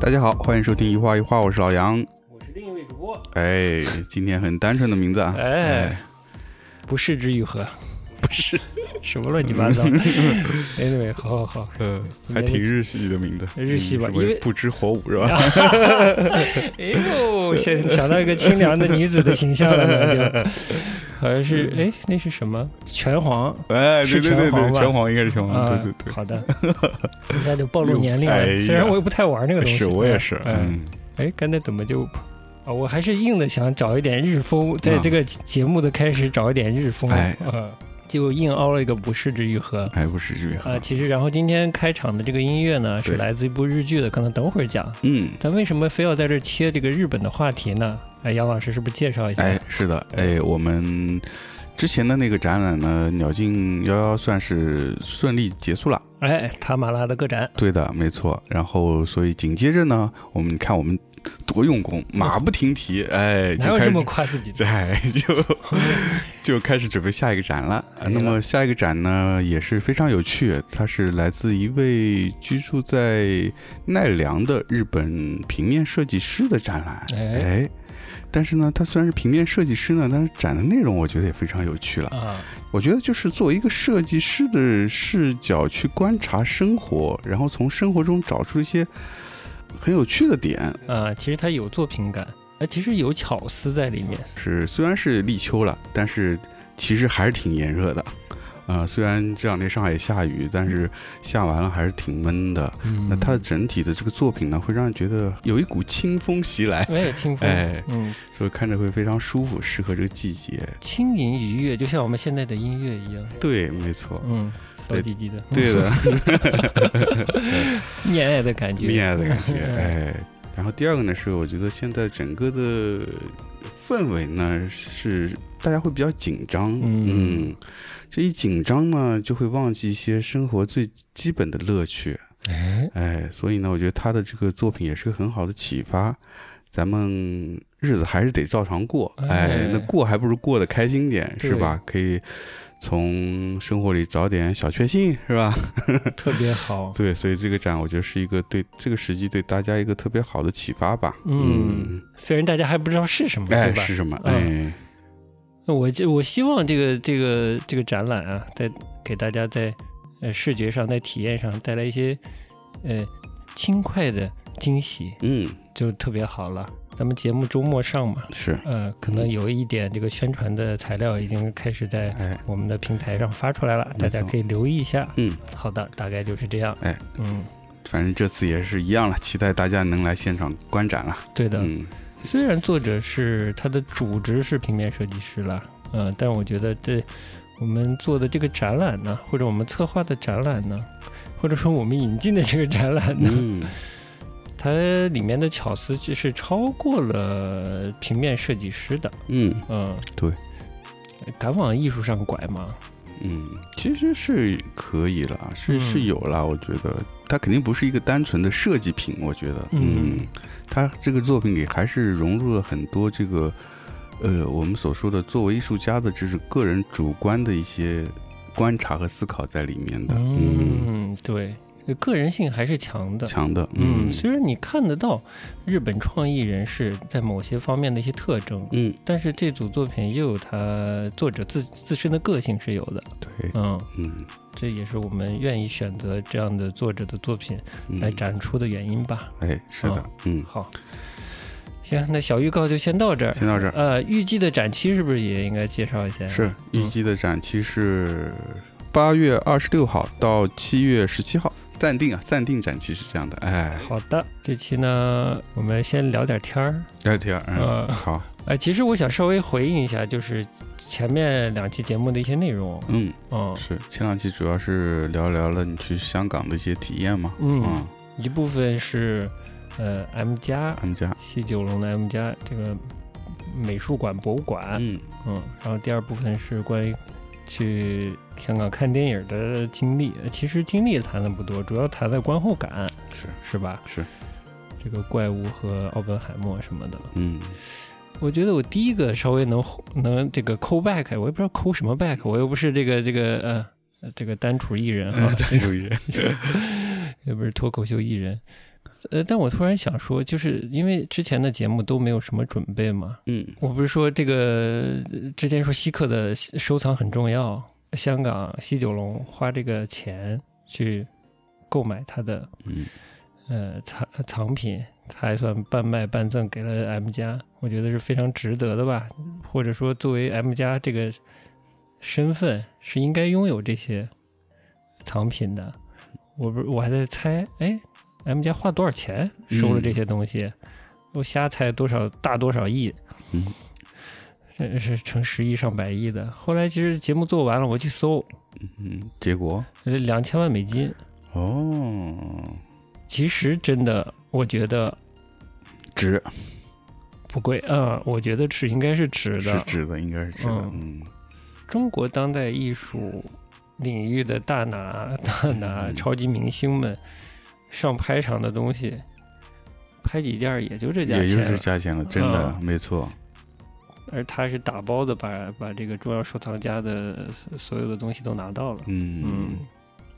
大家好，欢迎收听一画一画，我是老杨。我是另一位主播，哎，今天很单纯的名字啊，哎，不是之愈合， 不是，什么乱七 八糟。anyway，好好好，呃，还挺日系的名字，日系吧嗯什么因为啊不知火舞是吧？哎呦，想想到一个清凉的女子的形象了 呢，就好像是嗯哎，那是什么拳皇哎，对是对对拳皇对，吧拳皇应该是拳皇，啊？嗯对对对，好 的，一下就暴露年龄了哎。呀虽然我也不太玩那个东西，哎是我也是，嗯，嗯，哎，刚才怎么就？啊，我还是硬的想找一点日风，在嗯这个节目的开始找一点日风，哎嗯，就硬凹了一个不是之愈合。还哎不是这 个，啊，其实然后今天开场的这个音乐呢，是对来自一部日剧的，可能等会儿讲。嗯。但为什么非要在这儿切这个日本的话题呢？哎，杨老师是不是介绍一下？哎，是的，哎，我们之前的那个展览呢，鸟尽幺幺算是顺利结束了。哎，塔马拉的个展，对的，没错。然后，所以紧接着呢，我们看我们多用功，马不停蹄，哎，哪就开有这始么夸自己 的？哎，就就开始准备下一个展了。啊以那了么下一个展呢，也是非常有趣，它是来自一位居住在奈良的日本平面设计师的展览。哎哎，但是呢，它虽然是平面设计师呢，但是展的内容我觉得也非常有趣了。 啊，我觉得就是作为一个设计师的视角去观察生活，然后从生活中找出一些很有趣的点。啊，其实他有作品感，哎，其实有巧思在里面。是虽然是立秋了，但是其实还是挺炎热的。啊、虽然这两天上海下雨，但是下完了还是挺闷的。嗯那它的整体的这个作品呢，会让人觉得有一股清风袭来，哎，清风，哎嗯，所以看着会非常舒服，适合这个季节。轻盈愉悦，就像我们现在的音乐一样，对，没错，嗯，骚唧唧的，对的，恋爱的感觉，恋爱的感 觉，嗯哎。然后第二个呢，是我觉得现在整个的氛围呢是大家会比较紧张，嗯嗯，这一紧张呢就会忘记一些生活最基本的乐趣，哎，哎，所以呢，我觉得他的这个作品也是个很好的启发，咱们日子还是得照常过，哎哎，那过还不如过得开心点，是对吧？可以从生活里找点小确幸，是吧？特 别好，对，所以这个展我觉得是一个对这个时机对大家一个特别好的启发吧。嗯，虽然大家还不知道是什么，哎，对吧？是什么？嗯哎，我就我希望这个这个这个展览啊，在给大家在呃视觉上、在体验上带来一些呃轻快的惊喜，嗯，就特别好了。咱们节目周末上嘛，是，呃，可能有一点这个宣传的材料已经开始在哎，我们的平台上发出来了，大没家错可以留意一下。嗯，好的，大概就是这样。哎，嗯，反正这次也是一样了，期待大家能来现场观展了。对的。嗯，虽然作者是他的主职是平面设计师啦，嗯、但我觉得这我们做的这个展览呢，或者我们策划的展览呢，或者说我们引进的这个展览呢，嗯， 它里面的巧思就是超过了平面设计师的，嗯，嗯，对，敢往艺术上拐嘛，嗯，其实是可以了，是嗯是有了，我觉得它肯定不是一个单纯的设计品，我觉得，嗯嗯，它这个作品里还是融入了很多这个，呃，我们所说的作为艺术家的这是个人主观的一些观察和思考在里面的，嗯，嗯，对，个人性还是强的。强的，嗯，嗯虽然你看得到日本创意人士在某些方面的一些特征，嗯，但是这组作品又有它作者自自身的个性是有的，对，嗯，嗯，这也是我们愿意选择这样的作者的作品嗯来，展哦出的原因吧。哎，是的，嗯，好，行，那小预告就先到这儿。先到这儿，呃，预计的展期是不是也应该介绍一下？是预计的展期是八月二十六号到七月十七号。暂定啊，暂定展期是这样的，哎，嗯好的，这期呢，我们先聊点天儿。聊天，嗯，呃好，哎，其实我想稍微回应一下，就是前面两期节目的一些内容。嗯，嗯，是前两期主要是聊聊了你去香港的一些体验嘛，嗯啊一部分是呃 M 加他们家，西九龙的 M 家这个美术馆、博物馆，嗯嗯，然后第二部分是关于去香港看电影的经历。呃其实经历谈的不多，主要谈的观后感，是，是吧？是，这个怪物和奥本海默什么的。嗯我觉得我第一个稍微能能这个抠 back，我也不知道抠什么 back，我又不是这个这个呃 呃这个单厨艺人哈，嗯，对，有人，又不是脱口秀艺人。呃，但我突然想说，就是因为之前的节目都没有什么准备嘛， 嗯我不是说这个呃之前说西客的收藏很重要，香港西九龙花这个钱去购买他的嗯呃藏藏品，他还算半卖半赠给了 M 家，我觉得是非常值得的吧。或者说，作为 M 家这个身份是应该拥有这些藏品的。我不，我还在猜，哎，M 家花多少钱收了这些东西？我瞎猜多少大多少亿？嗯，这是成十亿上百亿的。后来其实节目做完了，我去搜，嗯，结果两千万美金。哦，其实真的，我觉得值不贵，嗯，我觉得是应该是值是的。值的，应该是值的，嗯中国当代艺术领域的大拿、大拿、嗯超级明星们上拍场的东西，拍几件儿也就这价嗯也就钱是了。价钱了，真的嗯没错，而他是打包的把把这个中央收藏家的所所有的东西都拿到了，嗯嗯，，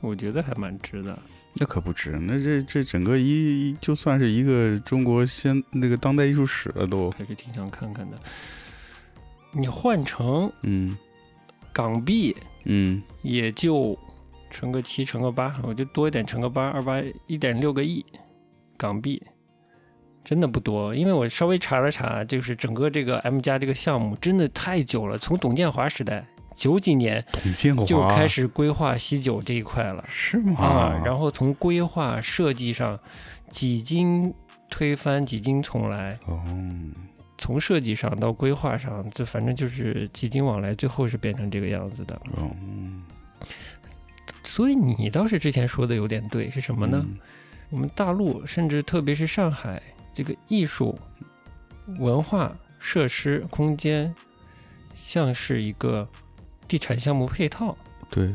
我觉得还蛮值的。那可不止，那这这整个一就算是一个中国现那个当代艺术史了都，还是挺想看看的。你换成嗯港币，嗯也就乘个七，乘个八，我就多一点，乘个八，二八一点六个亿港币，真的不多。因为我稍微查了查，就是整个这个 M 加这个项目真的太久了，从董建华时代九几年董建华就开始规划西九这一块了是吗？啊，后然后从规划设计上几经推翻，几经重来，哦，从设计上到规划上，这反正就是几经往来，最后是变成这个样子的。哦，所以你倒是之前说的有点对，是什什么呢？？我们大陆，甚至特别是上海，这个艺术、文化设施、空间，像是一个地产项目配套。对，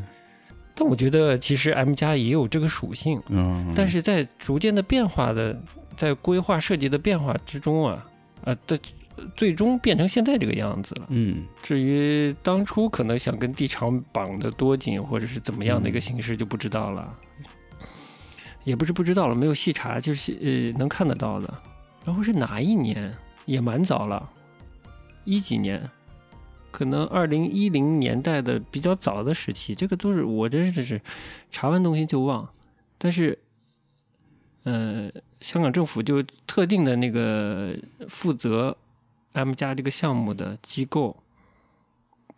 但我觉得其实 M 加也有这个属性，嗯，但是在逐渐的变化的，在规划设计的变化之中啊，啊的。最终变成现在这个样子了。嗯，至于当初可能想跟地场绑得多紧，或者是怎么样的一个形式，就不知道了。也不是不知道了，没有细查，就是呃能看得到的。然后是哪一年？也蛮早了，一几年，可能二零一零年代的比较早的时期。这个都是我真是是查完东西就忘。但是，呃，香港政府就特定的那个负责 M 加这个项目的机构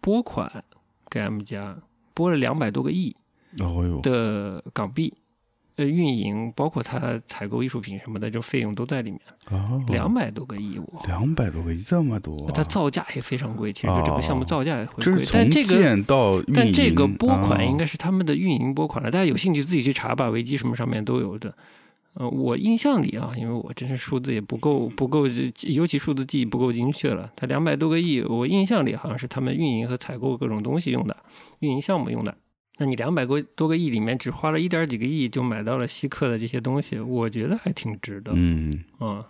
拨款给 M 加，拨了两百多个亿。哦哟，的港币，呃，运营包括它采购艺术品什么的，就费用都在里面，哦两百多个亿，我。两百多个亿，这么多啊，它造价也非常贵，其实就整个项目造价也会就贵，啊是从但这个建到运营，啊但这个拨款应该该是他们的运营拨款了，大家有兴趣自己去查吧，维基什么上面都有的。呃，我印象里啊，因为我真是数字也不够不够，尤其数字记忆不够精确了。它两百多个亿，我印象里好像是他们运营和采购各种东西用的，运营项目用的。那你两百个多个亿里面只花了一点几个亿就买到了稀客的这些东西，我觉得还挺值的啊、嗯，嗯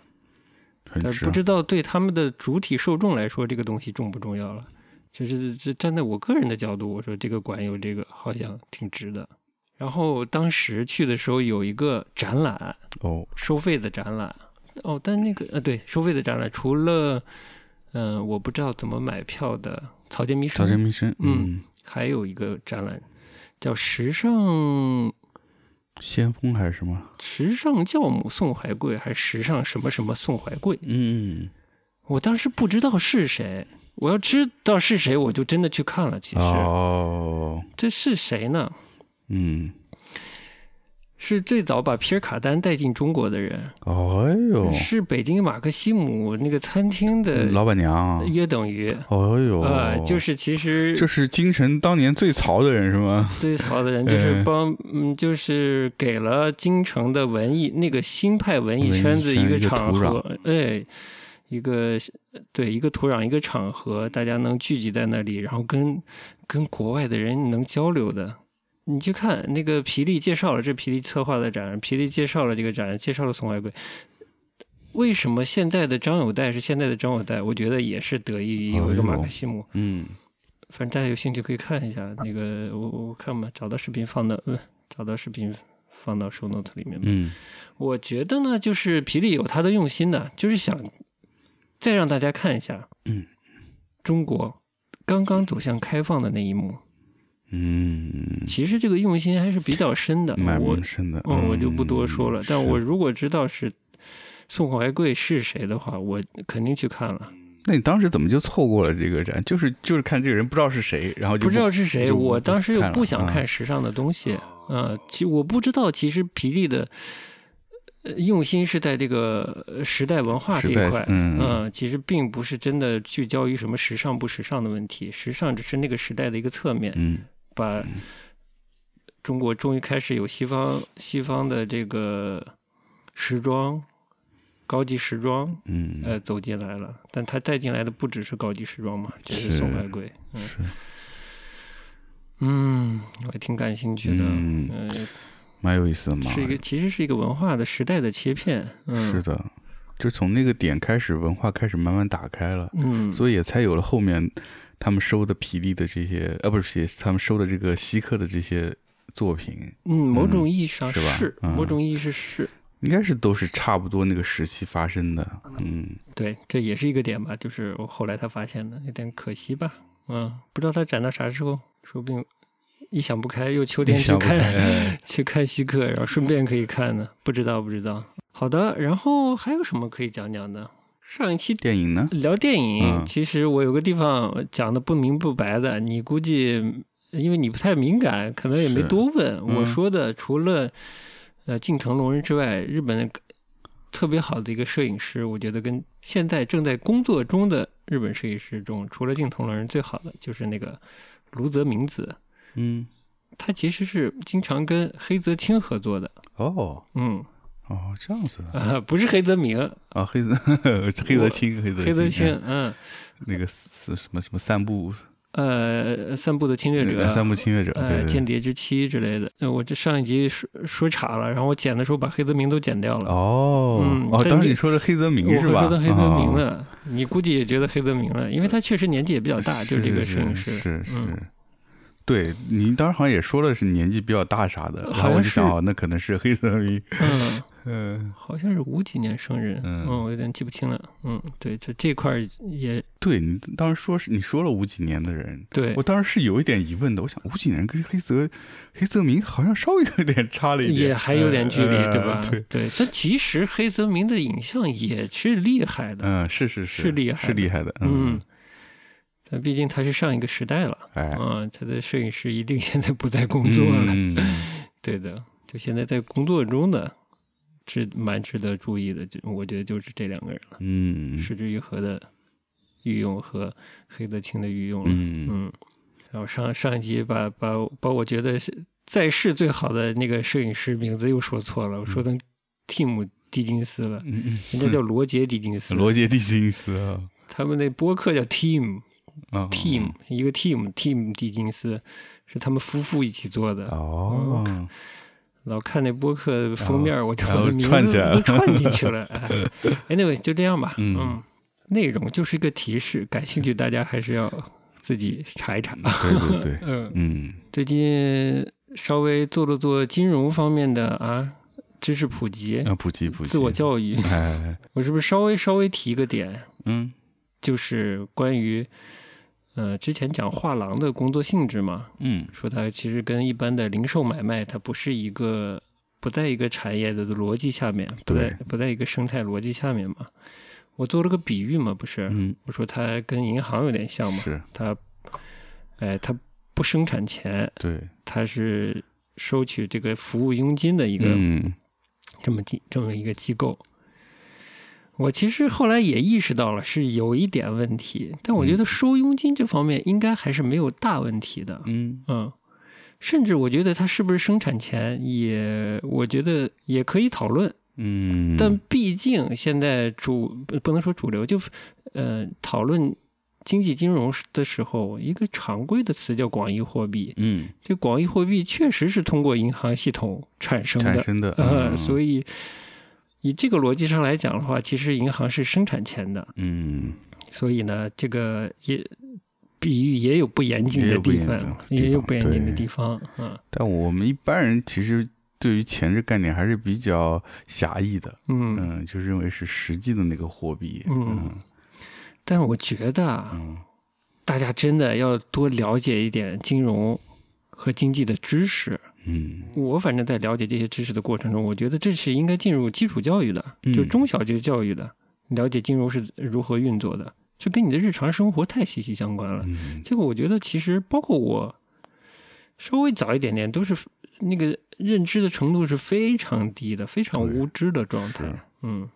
很但值呃不知道对他们的主体受众来说，这个东西重不重要了。就是这站在我个人的角度，我说这个馆有这个好像挺值的。然后当时去的时候有一个展览，哦，收费的展览。哦，但那个呃，对，收费的展览，除了嗯、呃我不知道怎么买票的草间弥陶生，真民生，嗯，还有一个展览叫《时尚先锋还是什么？时尚教母宋怀贵》，还是《时尚什么什么宋怀贵》？嗯，我当时不知道是谁，我要知道是谁，我就真的去看了。其实、哦，这是谁呢？嗯，是最早把皮尔卡丹带进中国的人，哦哎呦，是北京马克西姆那个餐厅的老板娘啊，约等于，哦呦，呃，就是其实就是京城当年最潮的人是吗？最早的人， 就是嗯帮，嗯，就是给了京城的文艺那个新派文艺圈子文艺圈一个一个场土壤合，哎，一个对一个土壤一个场合，大家能聚集在那里，然后跟跟国外的人能交流的。你去看那个皮力介绍了，这皮力策划的展，皮力介绍了这个展，介绍了宋怀贵。为什么现在的张友代是现在的张友代？我觉得也是得益于有一个哎呦马克西姆。嗯，反啊正大家有兴趣可以看一下那个，我我看吧，找到视频放到，呃找到视频放到 show note 里面吧。嗯我觉得呢，就是皮里有他的用心呢，就是想再让大家看一下，嗯，中国刚刚走向开放的那一幕，嗯，其实这个用心还是比较深的。蛮我蛮深的。嗯，我就不多说了。但是我如果知道是宋怀贵是谁的话，我肯定去看了。那你当时怎么就错过了这个展？就是就是看这个人不知道是谁，然后就不知道是谁，就不我当时又看了不想啊看时尚的东西。呃，其我不知道，其实皮利的呃用心是在这个呃时代文化这时一代块，嗯呃其实并不是真的聚焦于什么时尚不时尚的问题，时尚只是那个时代的一个侧面，嗯把中国终于开始有西方西方的这个时装。高级时装，嗯呃，走进来了，但他带进来的不只是高级时装嘛，就是宋是怀贵，嗯，是嗯，我也挺感兴趣的。嗯嗯，蛮有意思的嘛，是一个，其实是一个文化的时代的切片。嗯，是的，就从那个点开始，文化开始慢慢打开了，嗯，所以也才有了后面他们收的皮利的这些，呃，不是皮利，他们收的这个稀客的这些作品，嗯，某种意义上是吧嗯某种意义是是，应该是都是差不多那个时期发生的。嗯对，这也是一个点吧，就是我后来才发现的，有点可惜吧。嗯，不知道他展到啥时候，说不定一想不开又秋天你去想不开看哎去看稀客，然后顺便可以看呢，不知道不知道。好的，然后还有什么可以讲讲的？上一期电影 呢？聊电影，嗯其实我有个地方讲的不明不白的，你估计因为你不太敏感，可能也没是多问。嗯我说的除了呃近藤隆人之外，日本的特别好的一个摄影师，我觉得跟现在正在工作中的日本摄影师中，除了近藤隆人最好的就是那个卢泽明子，嗯，他其实是经常跟黑泽清合作的。哦嗯哦，这样子的啊、不是黑泽明，啊，黑泽黑泽清，黑泽啊黑泽清清，，嗯，那个什什么什么散步呃，散步的侵略那者，个散步侵略者，呃，对《间对对。谍之妻》之类的。呃，我这上一集说说岔了，然后我剪的时候把黑泽明都剪掉了。哦嗯哦，但当时这你说的黑泽明我是会吧？说他黑泽明哦呢，你估计也觉得黑泽明了，因为他确实年纪也比较大，就是这个摄影师。是是是嗯对您当时好像也说了是年纪比较大啥的，然后好像我就是想哦，那可能是黑泽明，嗯，嗯，好像是五几年生人，嗯我有点记不清了。嗯，对，就这块儿也对你当时说是你说了五几年的人，对我，当时是有一点疑问的，我想五几年跟黑泽黑泽明好像稍微有点差了一点，也还有点距离，呃对吧？对，对，但其实黑泽明的影像也是厉害的，嗯，是是是是厉害是厉害的，嗯，，但毕竟他是上一个时代了。哎，嗯，啊他的摄影师一定现在不在工作了。嗯，对的，就现在在工作中的，值蛮值得注意的。就我觉得就是这两个人了，嗯，石之愈合的御用和黑泽清的御用了。嗯嗯嗯然后上上一集把把把我觉得是在世最好的那个摄影师名字又说错了，我说成蒂姆狄金斯了，嗯人家叫罗杰狄金斯，罗杰·狄金斯啊他们那播客叫 Team 啊 Team，一个 Team Team 狄金斯是他们夫妇一起做的。哦，老看那播客封面，我就把啊然后它名字串起来都了串进去了。哎 anyway，就这样吧。嗯嗯内容就是一个提示，感兴趣大家还是要自己查一查。，对对对 嗯，嗯最近稍微做了做金融方面的啊知识普及、要普嗯及普及，哎自我教育。哎，我是不是稍微稍微提一个点，嗯就是关于呃之前讲画廊的工作性质嘛？嗯说它其实跟一般的零售买卖，它不是一个不在一个产业的逻辑下面，不在对不在一个生态逻辑下面嘛。我做了个比喻嘛，不是，嗯，我说它跟银行有点像嘛，是它，哎，它不生产钱，对，它是收取这个服务佣金的一个、嗯这么机这么一个机构。我其实后来也意识到了是有一点问题，但我嗯觉得收佣金这方面应该还是没有大问题的。嗯嗯，甚至我觉得它是不是生产前也，我觉得也可以讨论。嗯，但毕竟现在主不不能说主流，就呃讨论经济金融的时候，一个常规的词叫广义货币。嗯这广义货币确实是通过银行系统产生产的，生的嗯呃，所以以以这个逻辑上来讲的话，其实银行是生产钱的，嗯所以呢，这个也比喻也有不严谨也的有不地严方谨的，地也有方不严谨的对地方，嗯。但我们一般人其实对于钱这概念还是比较狭义的，嗯，嗯，就认为是实际的那个货币，嗯嗯但我觉得啊，嗯大家真的要多了解一点金融和经济的知识。嗯我反正在了解这些知识的过程中，我觉得这是应该进入基础教育的，嗯就中小学教育的，了解金融是如何运作的，这跟你的日常生活太息息相关了。嗯这个我觉得其实包括我稍微早一点点，都是那个认知的程度是非常低的，非常对无知的状态是。嗯，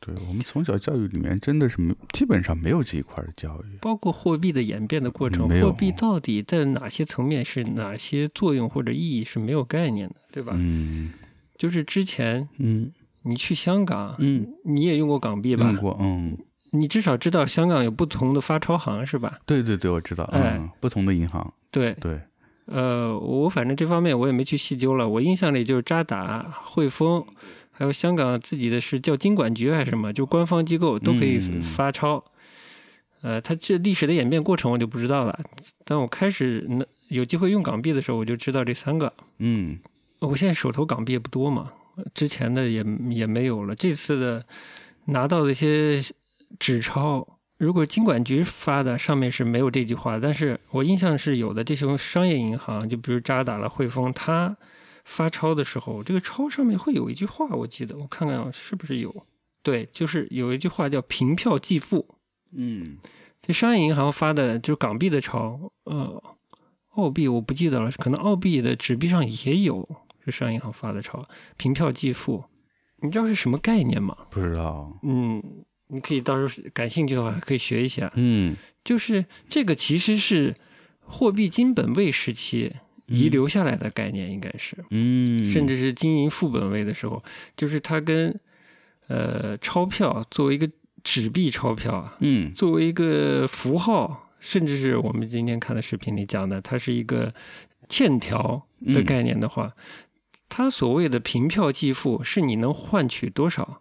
对我们从小教育里面真的是没，基本上没有这一块的教育，包括货币的演变的过程，嗯没有货币到底在哪些层面是哪些作用或者意义是没有概念的，对吧？嗯就是之前嗯你去香港，嗯，你也用过港币吧？用过，嗯，你至少知道香港有不同的发钞行是吧？对对对，我知道，哎嗯，不同的银行，对，对，呃，我反正这方面我也没去细究了。我印象里就是渣打、汇丰，还有香港自己的是叫金管局还是什么，就官方机构都可以嗯发钞。呃，它这历史的演变过程我就不知道了。但我开始能有机会用港币的时候，我就知道这三个。嗯我现在手头港币也不多嘛，之前的也也没有了。这次的拿到的一些纸钞，如果金管局发的上面是没有这句话，但是我印象是有的。这种商业银行，就比如渣打了、汇丰，它发钞的时候，这个钞上面会有一句话，我记得，我看看啊是不是有。对，就是有一句话叫“凭票即付”，嗯这商业银行发的就是港币的钞，呃，澳币我不记得了，可能澳币的纸币上也有是商业银行发的钞，凭票即付。你知道是什么概念吗？不知道，嗯，你可以到时候感兴趣的话可以学一下。嗯，就是这个其实是货币金本位时期遗嗯，留下来的概念，应该是，嗯，甚至是金银副本位的时候，就是它跟呃钞票作为一个纸币钞票啊，嗯作为一个呃符号，甚至是我们今天看的视频里讲的，它是一个欠条的嗯概念的话，它所谓的凭票即付，是你能换取多少，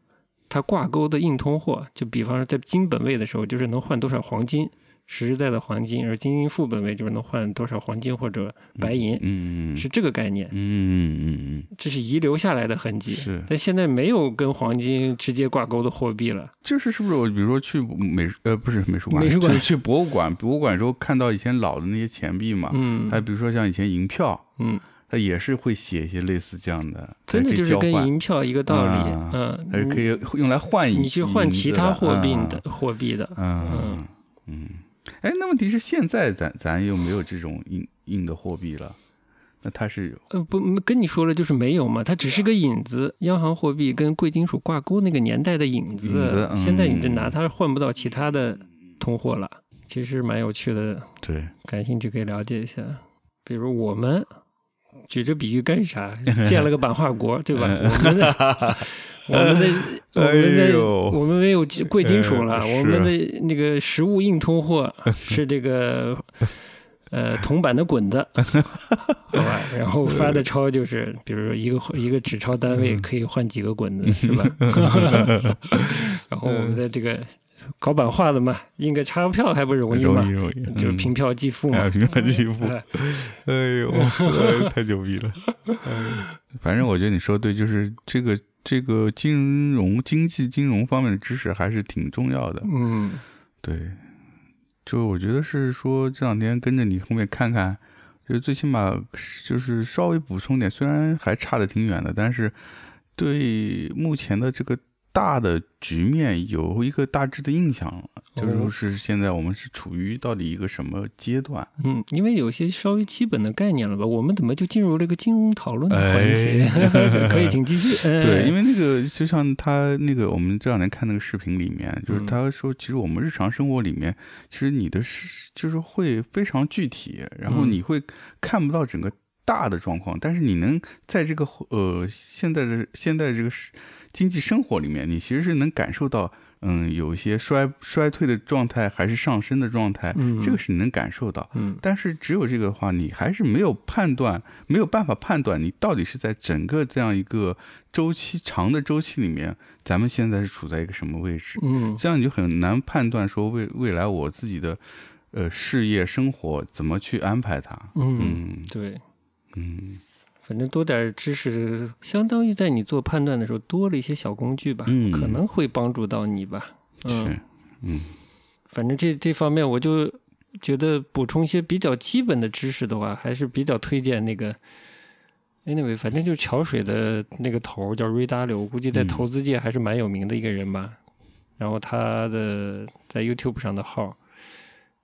它挂钩的硬通货，就比方说在金本位的时候，就是能换多少黄金，实实在在的黄金；而金银副本位就是能换多少黄金或者白银，嗯嗯是这个概念。嗯嗯嗯，这是遗留下来的痕迹，是但现在没有跟黄金直接挂钩的货币了。就是是不是我比如说去美术呃不是美术馆，美术馆就是去博物馆，博物馆的时候看到以前老的那些钱币嘛，嗯啊还有比如说像以前银票，嗯，它也是会写一些类似这样的，真的还可以就是跟交换银票一个道理啊。嗯，还是可以用来换银，啊你去换其他货币的银子货币的，的，嗯嗯，哎，那问题是现在咱咱又没有这种硬硬的货币了，那它是呃，不跟你说了就是没有嘛，它只啊是个引子，央行货币跟贵金属挂钩那个年代的引子，引子嗯现在你这拿它换不到其他的通货了，其实蛮有趣的，对，感兴趣可以了解一下。比如我们举这比喻 干啥？建了个版画国，对吧？我们的我 们的我们嗯哎的、呦我们没有金贵金属了，呃是我们的那个实物硬 通货是这个呃铜板的 滚子，好吧？然后发的钞就是，比如说一个一个纸钞单位嗯可以换几个滚 子，是吧？然后我们的这个搞版画的嘛，印个钞票还不容易容吗易？容易，就是凭票即付嗯哎 嘛。平凡欺负，哎哎呦，哎太牛逼了！嗯反正我觉得你说对，就是这个这个金融、经济、金融方面的知识还是挺重要的。嗯，对，就我觉得是说这两天跟着你后面看看，就是最起码就是稍微补充点，虽然还差的挺远的，但是对目前的这个大的局面有一个大致的印象了，就是说哦是现在我们是处于到底一个什么阶段。嗯，因为有些稍微基本的概念了吧，我们怎么就进入了一个金融讨论的环节？哎 可以，请 继续。哎、对，因为那个就像他那个，我们这两天看那个视频里面，就是嗯他说，其实我们日常生活里面，其实你的是就是会非常具体，然后嗯你会看不到整个大的状况，但是你能在这个呃现在的现在这个是经济生活里面，你其实是能感受到，嗯，有一些衰衰退的状态还是上升的状态，嗯，这个是你能感受到。嗯但是只有这个的话，你还是没有判断，没有办法判断你到底是在整个这样一个周期长的周期里面，咱们现在是处在一个什么位置，嗯这样你就很难判断说未未来我自己的呃事业生活怎么去安排它。嗯，嗯对，嗯，反正多点知识，相当于在你做判断的时候多了一些小工具吧，嗯可能会帮助到你吧。嗯，是，嗯反正这这方面我就觉得补充一些比较基本的知识的话，还是比较推荐那个。Anyway，反正就是桥水的那个头儿叫瑞达柳，我估计在嗯投资界还是蛮有名的一个人吧。然后他的在 YouTube 上的号，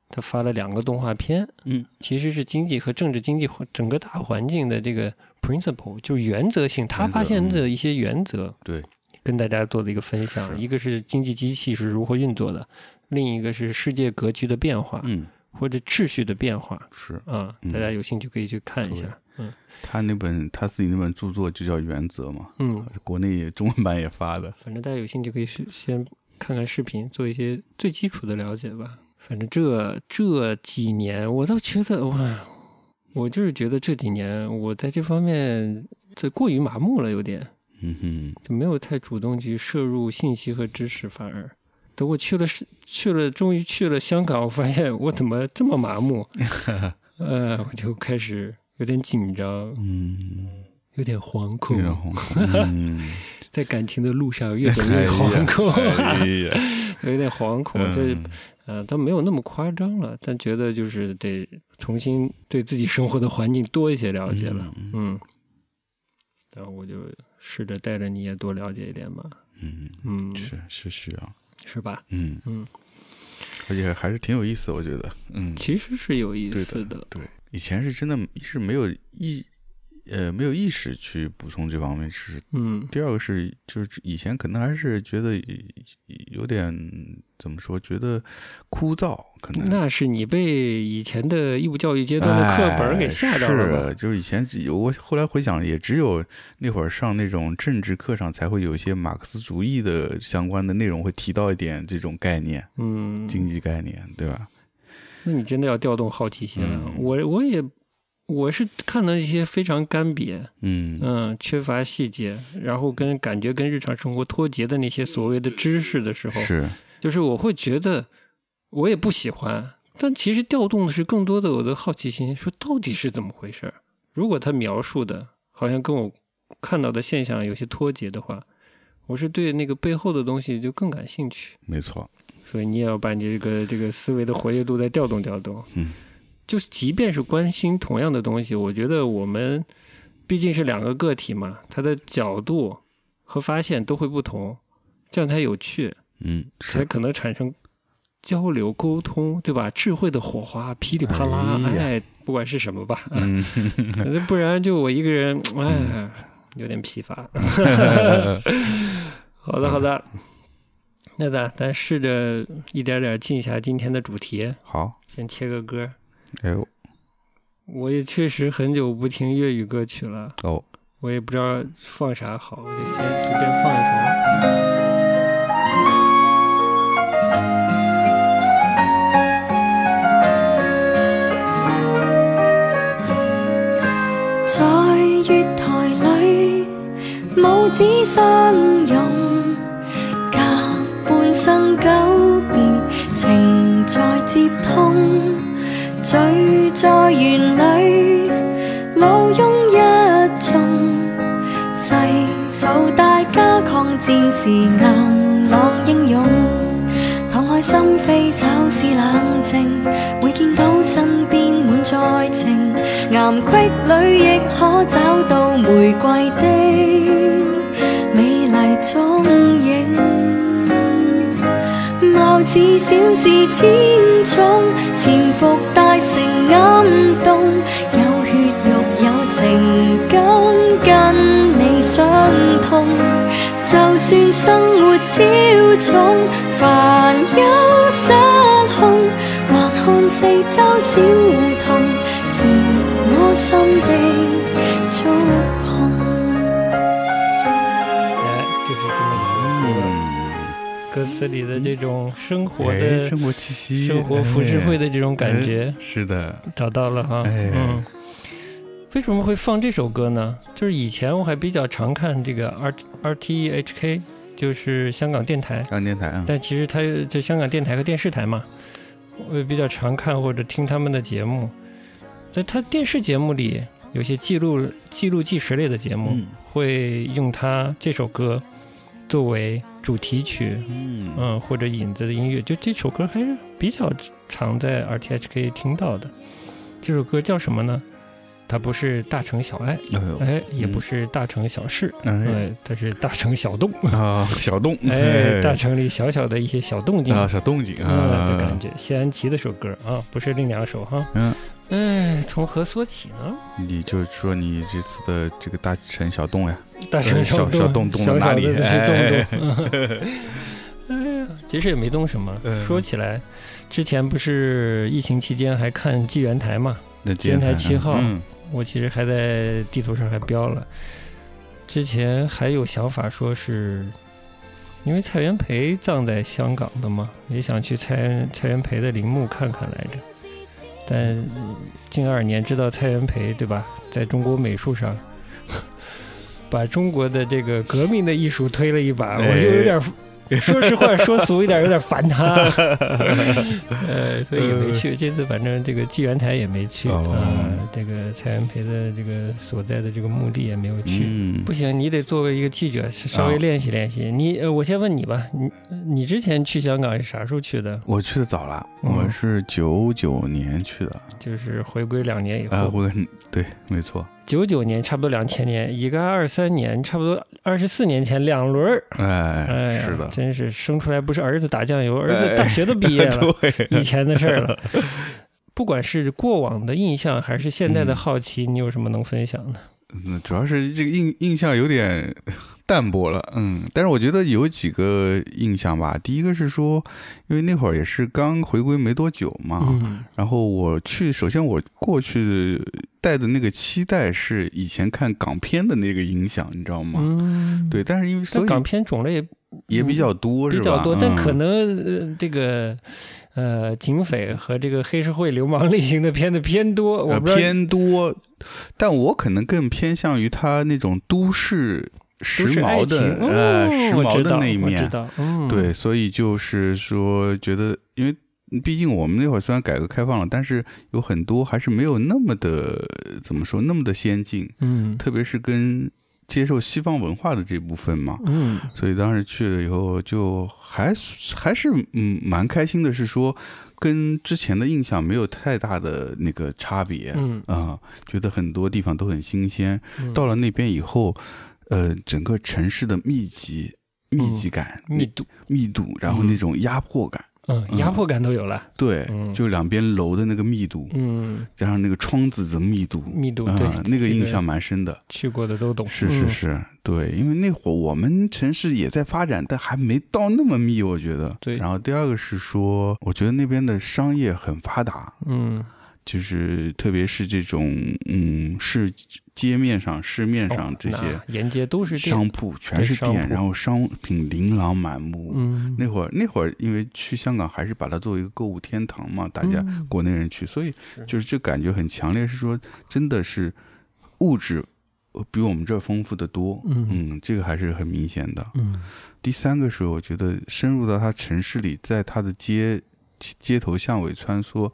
他发了两个动画片，嗯，其实是经济和政治经济环整个大环境的这个 principle，就是原则性，他原则发现嗯的一些原则，对，跟大家做的一个分享。是一个是经济机器是如何运作的，另一个是世界格局的变化、嗯或者秩序的变化是。啊、嗯大家有兴趣可以去看一对下。嗯他那本他自己那本著作就叫《原则》嘛，嗯，国内中文版也发的。反正大家有兴趣可以去先看看视频，做一些最基础的了解吧。反正这这几年，我倒觉得哇，我就是觉得这几年我在这方面这过于麻木了，有点嗯就没有太主动去摄入信息和知识，反而等我去了是去了，终于去了香港，我发现我怎么这么 麻木，呃，我就开始有点紧张哼，，嗯，有点惶恐，脸红，嗯，在感情的路上 越走越惶恐。哎呀， 有点惶恐，这嗯呃，但没有那么夸张了，但觉得就是得重新对自己生活的环境多一些 了解了，嗯嗯。然后我就试着带着你也多了解一点吧，嗯，嗯，是是需要，是吧？嗯嗯，而且还是挺有意思，我觉得，嗯，其实是有意对思的，对，以前是真的是没有意，呃，没有意识去补充这方面知识。嗯第二个是，就是以前可能还是觉得有点怎么说，觉得枯燥，可能那是你被以前的义务教育阶段的课本儿给吓到了哎是，吧？就是以前只有我后来回想，也只有那会儿上那种政治课上才会有一些马克思主义的相关的内容，会提到一点这种概念、嗯，经济概念，对吧？那你真的要调动好奇心了。嗯我我也我是看到一些非常干瘪，嗯嗯，缺乏细节，然后跟感觉跟日常生活脱节的那些所谓的知识的时候，是，就是我会觉得我也不喜欢，但其实调动的是更多的我的好奇心，说到底是怎么回事儿。如果他描述的好像跟我看到的现象有些脱节的话，我是对那个背后的东西就更感兴趣。没错，所以你也要把你这个这个思维的活跃度再调动调动。嗯，就是即便是关心同样的东西，我觉得我们毕竟是两个个体嘛，他的角度和发现都会不同，这样才有趣，嗯才是，可能产生交流沟通，对吧？智慧的火花噼里啪啦，哎呀哎，不管是什么吧，啊嗯， 不然就我一个人，哎，有点疲乏。好的，好的。那咱咱试着一点点进一下今天的主题，好，先切个歌。哎呦我也确实很久不听粤语歌曲了，哦，我也不知道放啥好，我就先随便放一首。在月台里，母子相拥，隔半生久别，情在接通，醉在园里，老翁一众，细数大家抗战时硬朗英勇。敞開心扉，稍事冷靜，會見到身邊滿載情。岩隙里亦可找到玫瑰的美麗蹤影。貌似小事千種，潛伏大城暗洞，有血肉有情感，跟你相通。就算生活超重，煩憂失控，還看四周小胡同，是我心的觸碰。哎，就是这么一首歌，嗯，歌词里的这种生活哎，的生活气息，生活浮世绘的的这种感觉，是的，找到了哈，哎嗯。为什么会放这首歌呢？就是以前我还比较常看这个 R R T E H K，就是香港电台，港电台啊，但其实它就香港电台和电视台嘛，我也比较常看或者听他们的节目。在他电视节目里，有些记录记录纪实类的节目，嗯会用它这首歌作为主题曲，嗯嗯，或者引子的音乐，就这首歌还是比较常在 RTHK 听到的。这首歌叫什么呢？它不是大城小爱，哎呦哎，也嗯不是大城小事，哎哎，它是大城小 洞，啊，小洞哎，大城里小小的一些小动静啊，小动静嗯的啊感，觉。谢安琪的首歌啊，不是另两首哈。嗯，哎，从何说起呢？你就说你这次的这个大城小洞呀，大城小小洞洞小哪小的里哎是洞洞。 哎呀，其实也没动什么嗯。说起来，之前不是疫情期间还看纪元台嘛，那天台七号嗯我其实还在地图上还标了。之前还有想法说是，因为蔡元培葬在香港的嘛，也想去蔡蔡元培的陵墓看看来着。但近二年知道蔡元培对吧，在中国美术上。把中国的这个革命的艺术推了一把，我哎又有点，说实话，说俗一点，有点烦 他。呃，所以也没去。这次反正这个纪元台也没去，哦呃，这个蔡元培的这个所在的这个墓地也没有去。嗯不行，你得作为一个记者，稍微啊练习练习。你，呃我先问你吧，你你之前去香港是啥时候去的？我去的早了，嗯我是九九年去的，就是回归两年以啊，后，我对，没错，九九年，差不多两千年，一个二三年，差不多二十四年前两轮儿。哎哎，呀，是的，真是生出来不是儿子打酱油，儿子大学都毕业了，以前的事儿了。不管是过往的印象还是现在的好奇，你有什么能分享的？嗯，主要是这个印印象有点 淡薄了，嗯，但是我觉得有几个印象吧。第一个是说，因为那会儿也是刚回归没多久嘛，嗯然后我去，首先我过去带的那个期待是以前看港片的那个影响，你知道吗？嗯，对，但是因为所但以港片种类也也比较多，比是吧较多，但嗯可能呃这个呃警匪和这个黑社会流氓类型的片子偏多，我呃不知道偏多，但我可能更偏向于他那种都市时都是爱髦情的，哦呃，时我髦知的道那一我面知。道，嗯，对，所以就是说，觉得因为毕竟我们那会儿虽然改革开放了，但是有很多还是没有那么的呃怎么说那么的先进，嗯特别是跟接受西方文化的这部分嘛。嗯所以当时去了以后，就还还是嗯蛮开心的，是说跟之前的印象没有太大的那个差别。嗯，啊、觉得很多地方都很新鲜。嗯到了那边以后，呃，整个城市的密集、密集感、嗯密度，密度，然后嗯那种压迫感，嗯，压迫感都有了，对，嗯就两边楼的那个密度，嗯，加上那个窗子的密度，密度啊、对那个这印个嗯象蛮深的。去过的都懂，是是嗯是，对，因为那会儿我们城市也在发展，但还没到那么密，我觉得。对然后第二个是说，我觉得那边的商业很发达，嗯，就是特别是这种嗯市街面上、市面上哦这些那沿街都是这商铺全对是商店，铺然后商品琳琅满目。嗯，那会儿那会儿因为去香港还是把它作为一个购物天堂嘛，大家嗯国内人去，所以就是这感觉很强烈，是说真的是物质呃比我们这儿丰富的多。嗯嗯，这个还是很明显的。嗯第三个是我觉得深入到它城市里，在它的街街街头巷尾穿梭，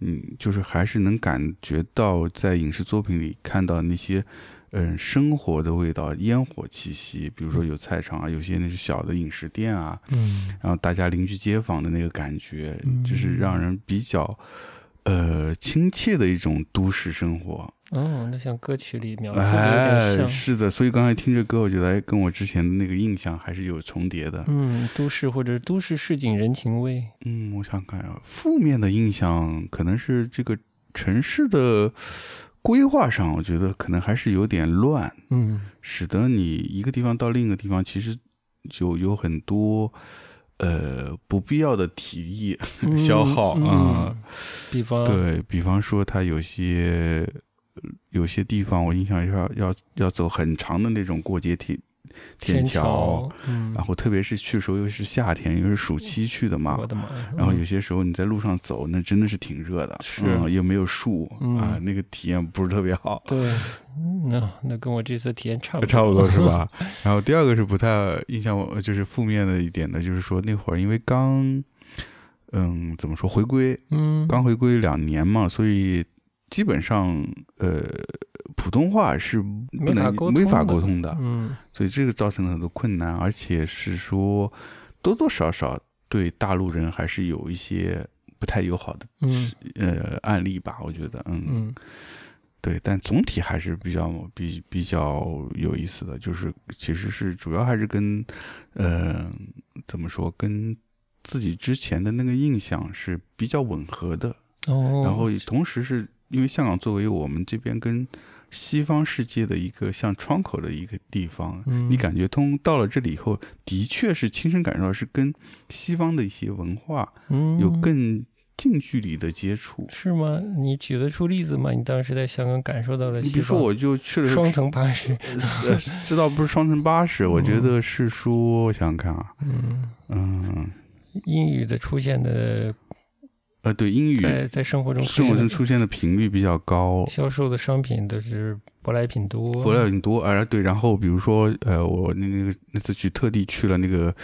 嗯，就是还是能感觉到在影视作品里看到那些。嗯，生活的味道，烟火气息，比如说有菜场啊，有些那是小的饮食店啊，嗯然后大家邻居街坊的那个感觉，嗯就是让人比较，呃，亲切的一种都市生活。哦，那像歌曲里描述的有哎，点像，是的，所以刚才听这歌，我觉得哎，跟我之前的那个印象还是有重叠的。嗯，都市或者都市市井人情味，嗯，我想看啊，负面的印象可能是这个城市的规划上，我觉得可能还是有点乱，嗯使得你一个地方到另一个地方，其实就有很多呃不必要的体力 消耗啊。嗯，比 方，对比方说，它有些有些地方，我印象要要要走很长的那种过街天天桥，，嗯，然后特别是去的时候又是夏天，又是暑期去的嘛我，的妈呀，然后嗯有些时候你在路上走，那真的是挺热的，是嗯又没有树嗯啊，那个体验不是特别好，对，嗯那那跟我这次体验 差不多，差不多是？吧？然后第二个是不太印象我，就是负面的一点呢，就是说那会儿因为刚，嗯，怎么说回归，嗯，刚回归两年嘛，所以基本上呃，普通话是不没法能沟没法通的沟通的，嗯所以这个造成了很多困难，而且是说多多少少对大陆人还是有一些不太友好的嗯呃案例吧，我觉得，嗯，嗯对，但总体还是比较比比较有意思的，就是其实是主要还是跟呃怎么说跟。自己之前的那个印象是比较吻合的，哦，然后也同时是因为香港作为我们这边跟西方世界的一个像窗口的一个地方，嗯你感觉通到了这里以后，的确是亲身感受到是跟西方的一些文化嗯有更近距离的接触。是吗？你举得出例子吗？你当时在香港感受到了你比西如说，方我就去了双层巴士，呃，这倒不是双层巴士，我觉得是说，我想想看啊，嗯，嗯，英语的出现的呃，对，英语在在生活中生活中出现出现的频率比较高的，销售的商品都是舶来品多，舶来品多，而对，然后比如说，呃，我那那个那次去特地去了那个，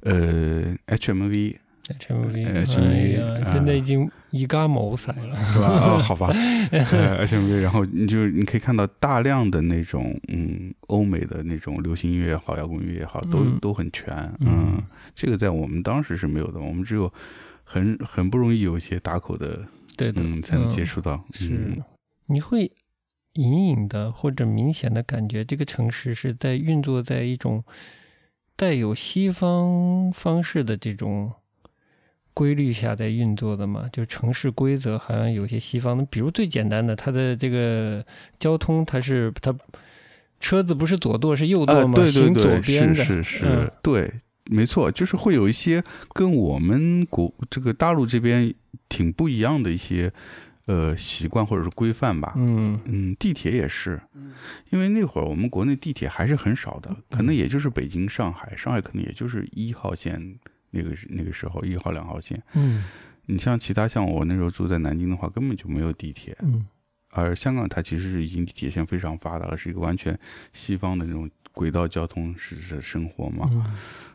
呃，HMV 陈武林，呃陈武林哎呀，啊现在已经以嘎谋塞了， 是吧？哦，好吧，呃，HMV，然后你就你可以看到大量的那种，嗯，欧美的那种流行音乐也好，摇滚乐也好，都嗯都很全，嗯嗯，这个在我们当时是没有的，我们只有很很不容易有一些打口的，对的，嗯，才能接嗯触到，是，你会隐隐的或者明显的感觉，这个城市是在运作在一种带有西方方式的这种规律下在运作的嘛？就城市规则好像有些西方的，比如最简单的，它的这个交通，它是它车子不是左舵是右啊，舵吗？对对行左对，边是的，是是，嗯对，没错，就是会有一些跟我们国这个大陆这边挺不一样的一些呃习惯或者是规范吧。嗯嗯，地铁也是，因为那会儿我们国内地铁还是很少的，可能也就是北京、上海，上海可能也就是一号线那个时那个时候一号、两号线。嗯你像其他像我那时候住在南京的话，根本就没有地铁，嗯而香港它其实是已经地铁线非常发达了，是一个完全西方的那种轨道交通式的生活嘛。嗯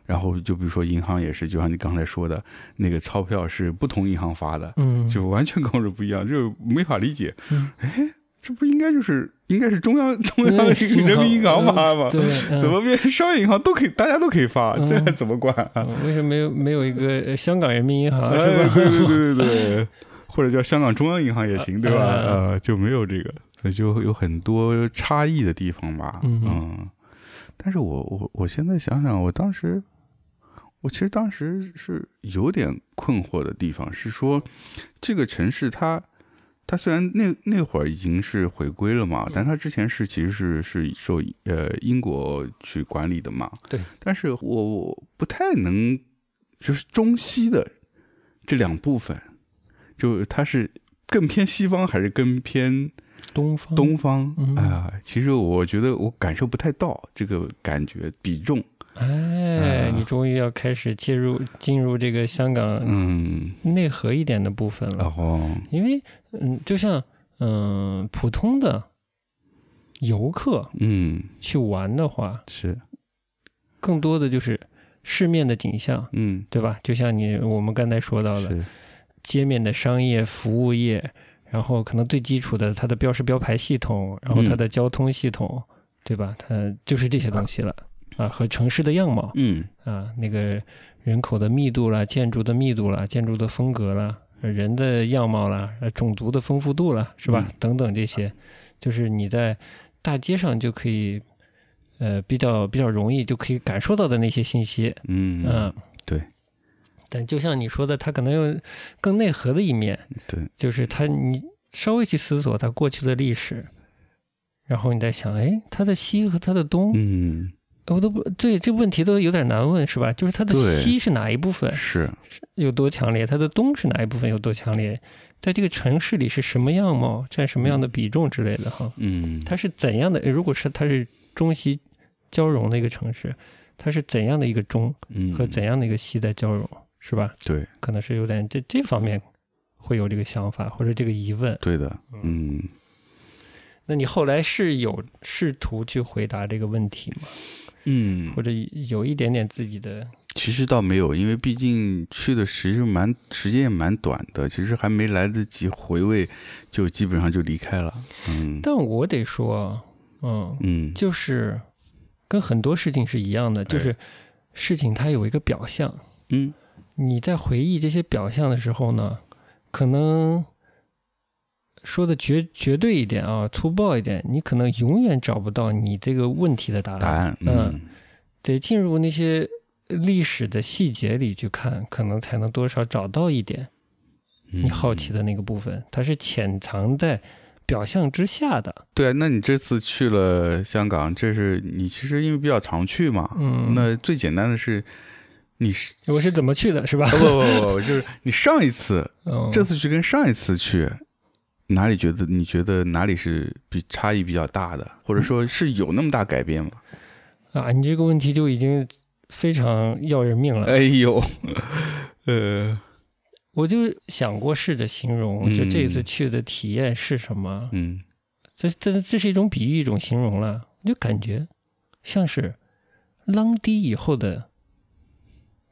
然后就比如说银行也是，就像你刚才说的，那个钞票是不同银行发的，嗯，就完全跟我是不一样， 就没法理解。嗯哎，这不应该就是应该是中 央中央 嗯人民银行发嗯吗？对，嗯怎么变成商业银行都可以，大家都可以发，嗯这还怎么管啊？嗯 为什么没有没有一个呃香港人民银行哎，是吧？对对对对对，或者叫香港中央银行也行，对吧？呃呃，就没有这个，所以就有很多差异的地方吧。嗯嗯，但是我我我现在想想，我当时，我其实当时是有点困惑的地方，是说这个城市它。它虽然那那会儿已经是回归了嗯嘛，但它之前是其实是是受呃英国去管理的嘛。对。但是我我不太能，就是中西的这两部分，就它是更偏西方还是更偏东方东方嗯啊、其实我觉得我感受不太到这个感觉比重，哎，啊你终于要开始介入进入这个香港嗯，哦内核一点的部分了，然后因为嗯，就像嗯、普通的游客嗯去玩的话，是更多的就是市面的景象，嗯对吧？就像你我们刚才说到的，是街面的商业服务业，然后可能最基础的它的标识标牌系统，然后它嗯的交通系统，对吧？它就是这些东西了啊，和城市的样貌。嗯啊，那个人口的密度啦，建筑的密度啦，建筑的风格啦，呃人的样貌啦，呃种族的丰富度啦，是吧？嗯等等这些，就是你在大街上就可以，呃，比较比较容易就可以感受到的那些信息，嗯、嗯，对。但就像你说的，它可能有更内核的一面，嗯对，就是它你稍微去思索它过去的历史，然后你再想，哎，它的西和它的东，嗯我都不对这问题都有点难问，是吧？就是它的对西是哪一部分是有多强烈，它的东是哪一部分有多强烈，在这个城市里是什么样貌，占什么样的比重之类的哈。嗯它是怎样的？如果是它是中西交融的一个城市，它是怎样的一个中嗯和怎样的一个西在交融，是吧？对可能是有点这这方面会有这个想法或者这个疑问。对的嗯那你后来是有试图去回答这个问题吗？嗯或者有一点点自己的其实倒没有，因为毕竟去的时间蛮时间也蛮短的，其实还没来得及回味，就基本上就离开了。嗯但我得说啊，嗯，嗯，就是跟很多事情是一样的，就哎是事情它有一个表象，嗯你在回忆这些表象的时候呢，可能说的绝绝对一点啊，粗暴一点，你可能永远找不到你这个问题的答案，答案嗯得进入那些历史的细节里去看，可能才能多少找到一点嗯你好奇的那个部分，它是潜藏在表象之下的。对啊，那你这次去了香港，这是你其实因为比较常去嘛，嗯那最简单的是你是哦？我是怎么去的，是吧不不不不，就是你上一次嗯，呃这次去跟上一次去，哪里觉得你觉得哪里是比差异比较大的，或者说是有那么大改变吗？啊，你这个问题就已经非常要人命了。哎呦，呃，我就想过试着形容，嗯就这次去的体验是什么？嗯这这这是一种比喻，一种形容了。我就感觉像是浪低以后的，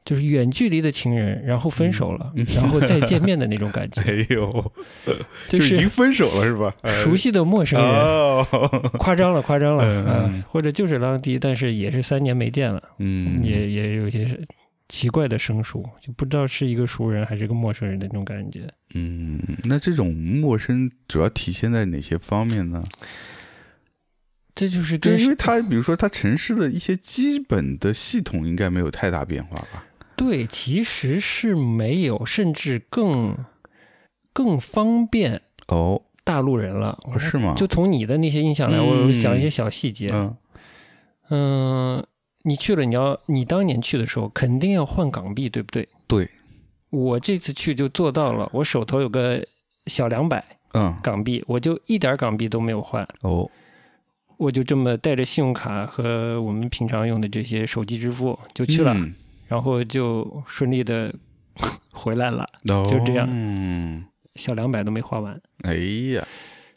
就是远距离的情人，然后分手嗯了，然后再见面的那种感 觉，哎呦，就已是经分手了是吧？呃熟悉的陌生人。哦，夸张了，夸张了，嗯啊嗯或者就是浪低，但是也是三年没见了，嗯，也也有些是奇怪的生疏，就不知道是一个熟人还是个陌生人的那种感觉。嗯，那这种陌生主要体现在哪些方面呢？这就是就跟是因为它，比如说它城市的一些基本的系统应该没有太大变化吧？对，其实是没有，甚至更更方便哦，大陆人了。我是吗？就从你的那些印象来，我嗯想一些小细节。嗯嗯、你去了，你要你当年去的时候肯定要换港币，对不对？对。我这次去就做到了，我手头有个小两百嗯港币，我就一点港币都没有换。哦我就这么带着信用卡和我们平常用的这些手机支付就去了，嗯然后就顺利的回来了，哦就这样嗯，小两百都没花完。哎呀，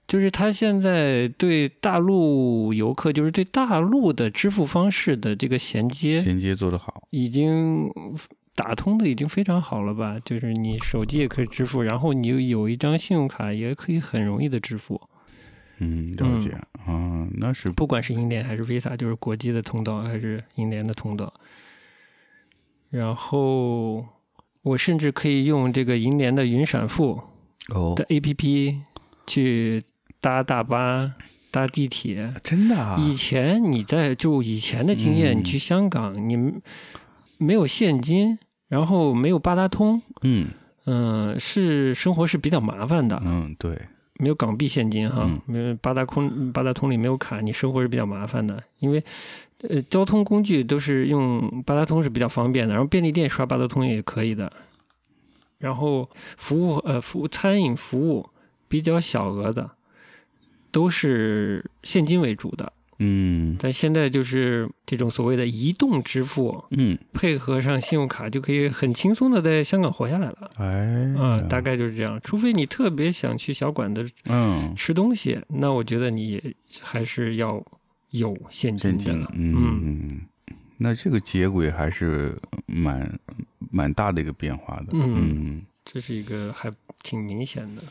就是他现在对大陆游客，就是对大陆的支付方式的这个衔接，衔接做得好，已经打通的已经非常好了吧？就是你手机也可以支付，然后你又有一张信用卡，也可以很容易的支付，嗯，了解啊，那是嗯不管是银联还是 Visa，就是国际的通道还是银联的通道。然后我甚至可以用这个银联的云闪付哦的 APP 去搭大巴、搭地铁。真的啊，以前你在就以前的经验，嗯你去香港，你没有现金，然后没有八达通，嗯嗯、是生活是比较麻烦的，嗯，对，没有港币现金哈嗯，没有八达空八达通里没有卡，你生活是比较麻烦的，因为呃交通工具都是用八达通是比较方便的，然后便利店刷八达通也可以的，然后服务呃服务餐饮服务比较小额的，都是现金为主的，嗯但现在就是这种所谓的移动支付，嗯，配合上信用卡就可以很轻松的在香港活下来了。哎啊、呀大概就是这样。除非你特别想去小馆子嗯，吃东西，那我觉得你还是要有现金现金，的。嗯嗯，那这个接轨还是蛮蛮大的一个变化的，嗯嗯这是一个还挺明显的。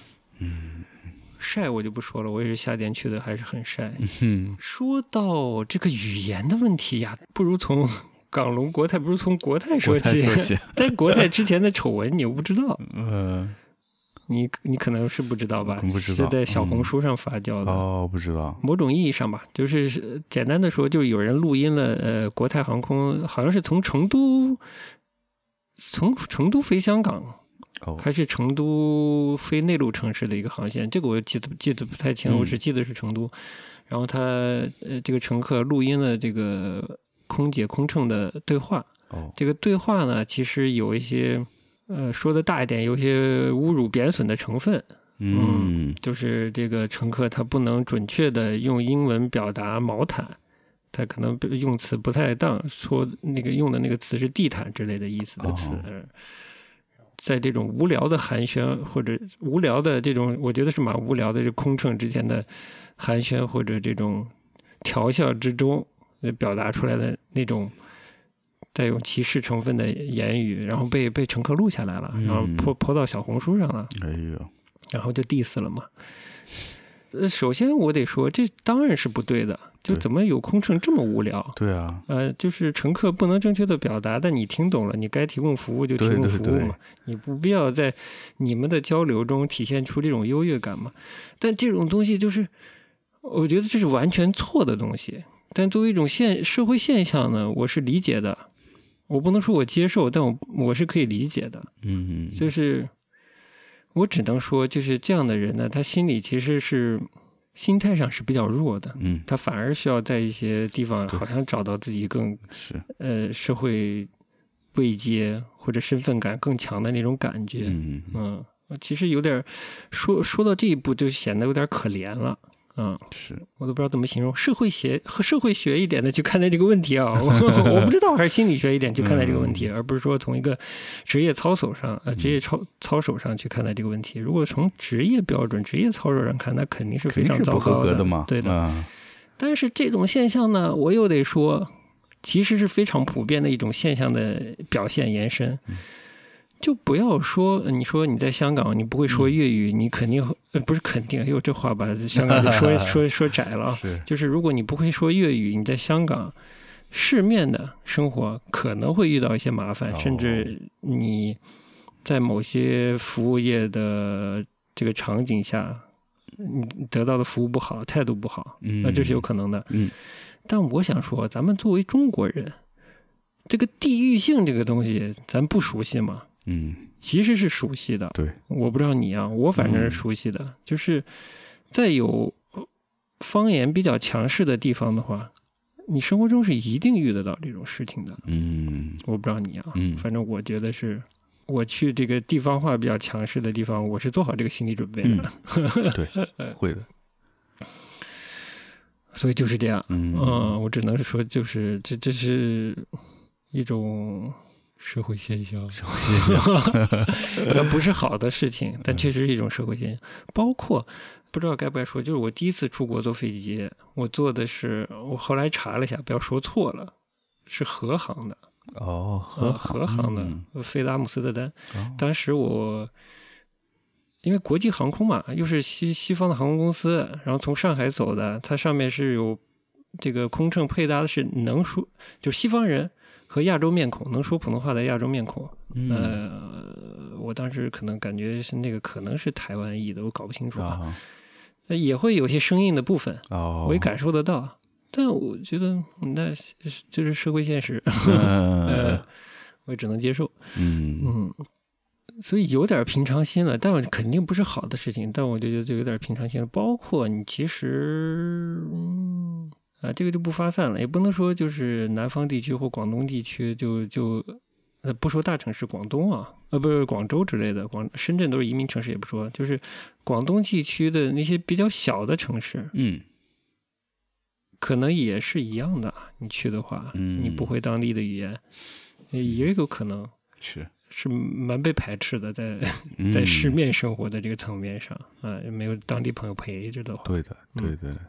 晒我就不说了，我也是夏天去的，还是很晒。嗯哼说到这个语言的问题呀，不如从 港龙国泰，不如从国泰说起。国泰说起 但国泰之前的丑闻你又不知道，嗯呃，你你可能是不知道吧？嗯不知道是在小红书上发酵的。哦，不知道，某种意义上吧，就是是简单的说，就是有人录音了，呃，国泰航空好像是从成都，从成都飞香港，哦，还是成都飞内陆城市的一个航线，这个我记得记得不太清，嗯我只记得是成都。然后他呃，这个乘客录音了这个空姐空乘的对话，哦，这个对话呢，其实有一些呃说的大一点，有一些侮辱贬损的成分。嗯，就是这个乘客他不能准确的用英文表达毛毯，他可能用词不太当，说那个用的那个词是地毯之类的意思的词。哦嗯在这种无聊的寒暄或者无聊的这种，我觉得是蛮无聊的，这空乘之间的寒暄或者这种调笑之中，呃表达出来的那种带有歧视成分的言语，然后被被乘客录下来了，嗯然后泼泼到小红书上了，哎呦，然后就 diss 了嘛。呃，首先我得说，这当然是不对的，就对怎么有空乘这么无聊？对啊，呃，就是乘客不能正确的表达，但你听懂了，你该提供服务就提对供对服务嘛，对你不必要在你们的交流中体现出这种优越感嘛。但这种东西就是，我觉得这是完全错的东西。但作为一种现社会现象呢，我是理解的，我不能说我接受，但我我是可以理解的。嗯，就是我只能说，就是这样的人呢，他心里其实是心态上是比较弱的，嗯他反而需要在一些地方对好像找到自己更是，呃社会位阶或者身份感更强的那种感觉。嗯嗯，其实有点儿说说到这一步就显得有点可怜了。嗯，是，我都不知道怎么形容，社会学和社会学一点的去看待这个问题啊，我我不知道还是心理学一点去看待这个问嗯题，而不是说从一个职业操守上，呃，职业操操守上去看待这个问题。如果从职业标准、职业操守上看，那肯定是非肯定常是糟不合糕格嘛，对的。啊，但是这种现象呢，我又得说，其实是非常普遍的一种现象的表现延伸。嗯就不要说，呃你说你在香港，你不会说嗯粤语，你肯定呃不是肯定，哎呦这话吧，香港 就说说说窄了啊。是，就是如果你不会说粤语，你在香港市面的生活可能会遇到一些麻烦，哦甚至你在某些服务业的这个场景下，你得到的服务不好，态度不好，嗯，那这是有可能的。嗯，但我想说，咱们作为中国人，这个地域性这个东西，咱不熟悉嘛，嗯，其实是熟悉的。对，嗯我不知道你啊，我反正是熟悉的，就是在有呃方言比较强势的地方的话，你生活中是一定遇得到这种事情的。嗯我不知道你啊，嗯反正我觉得是。我去这个地方话比较强势的地方，我是做好这个心理准备的，嗯 对，会的，所以就是这样。嗯嗯，我只能说，就是这这是一种社会现象，社会现象， 那不是好的事情，但确实是一种社会现象。包括不知道该不该说，就是我第一次出国坐飞机，我坐的是我后来查了一下，不要说错了，是和航的，哦，和呃，和航的嗯，呃飞达姆斯特丹。哦当时我因为国际航空嘛，又是西西方的航空公司，然后从上海走的，它上面是有这个空乘配搭的是能说，就是西方人和亚洲面孔能说普通话的亚洲面孔。嗯呃，我当时可能感觉是那个可能是台湾裔的，我搞不清楚啊，啊，那也会有些生硬的部分，哦，我 也感受得到。但我觉得嗯那是就是社会现实，嗯呃， 我也只能接受。嗯嗯，所以有点平常心了，但我肯定不是好的事情，但我就觉得这有点平常心了。包括你其实，嗯，啊，这个就不发散了，也不能说就是南方地区或广东地区就就，呃，不说大城市，广东啊，呃，不是广州之类的，广深圳都是移民城市，也不说，就是广东地区的那些比较小的城市，嗯可能也是一样的。啊你去的话，嗯你不会当地的语言，也有可能。是，是蛮被排斥的，在嗯在市面生活的这个层面上，啊、没有当地朋友陪着的话，对的，嗯对的，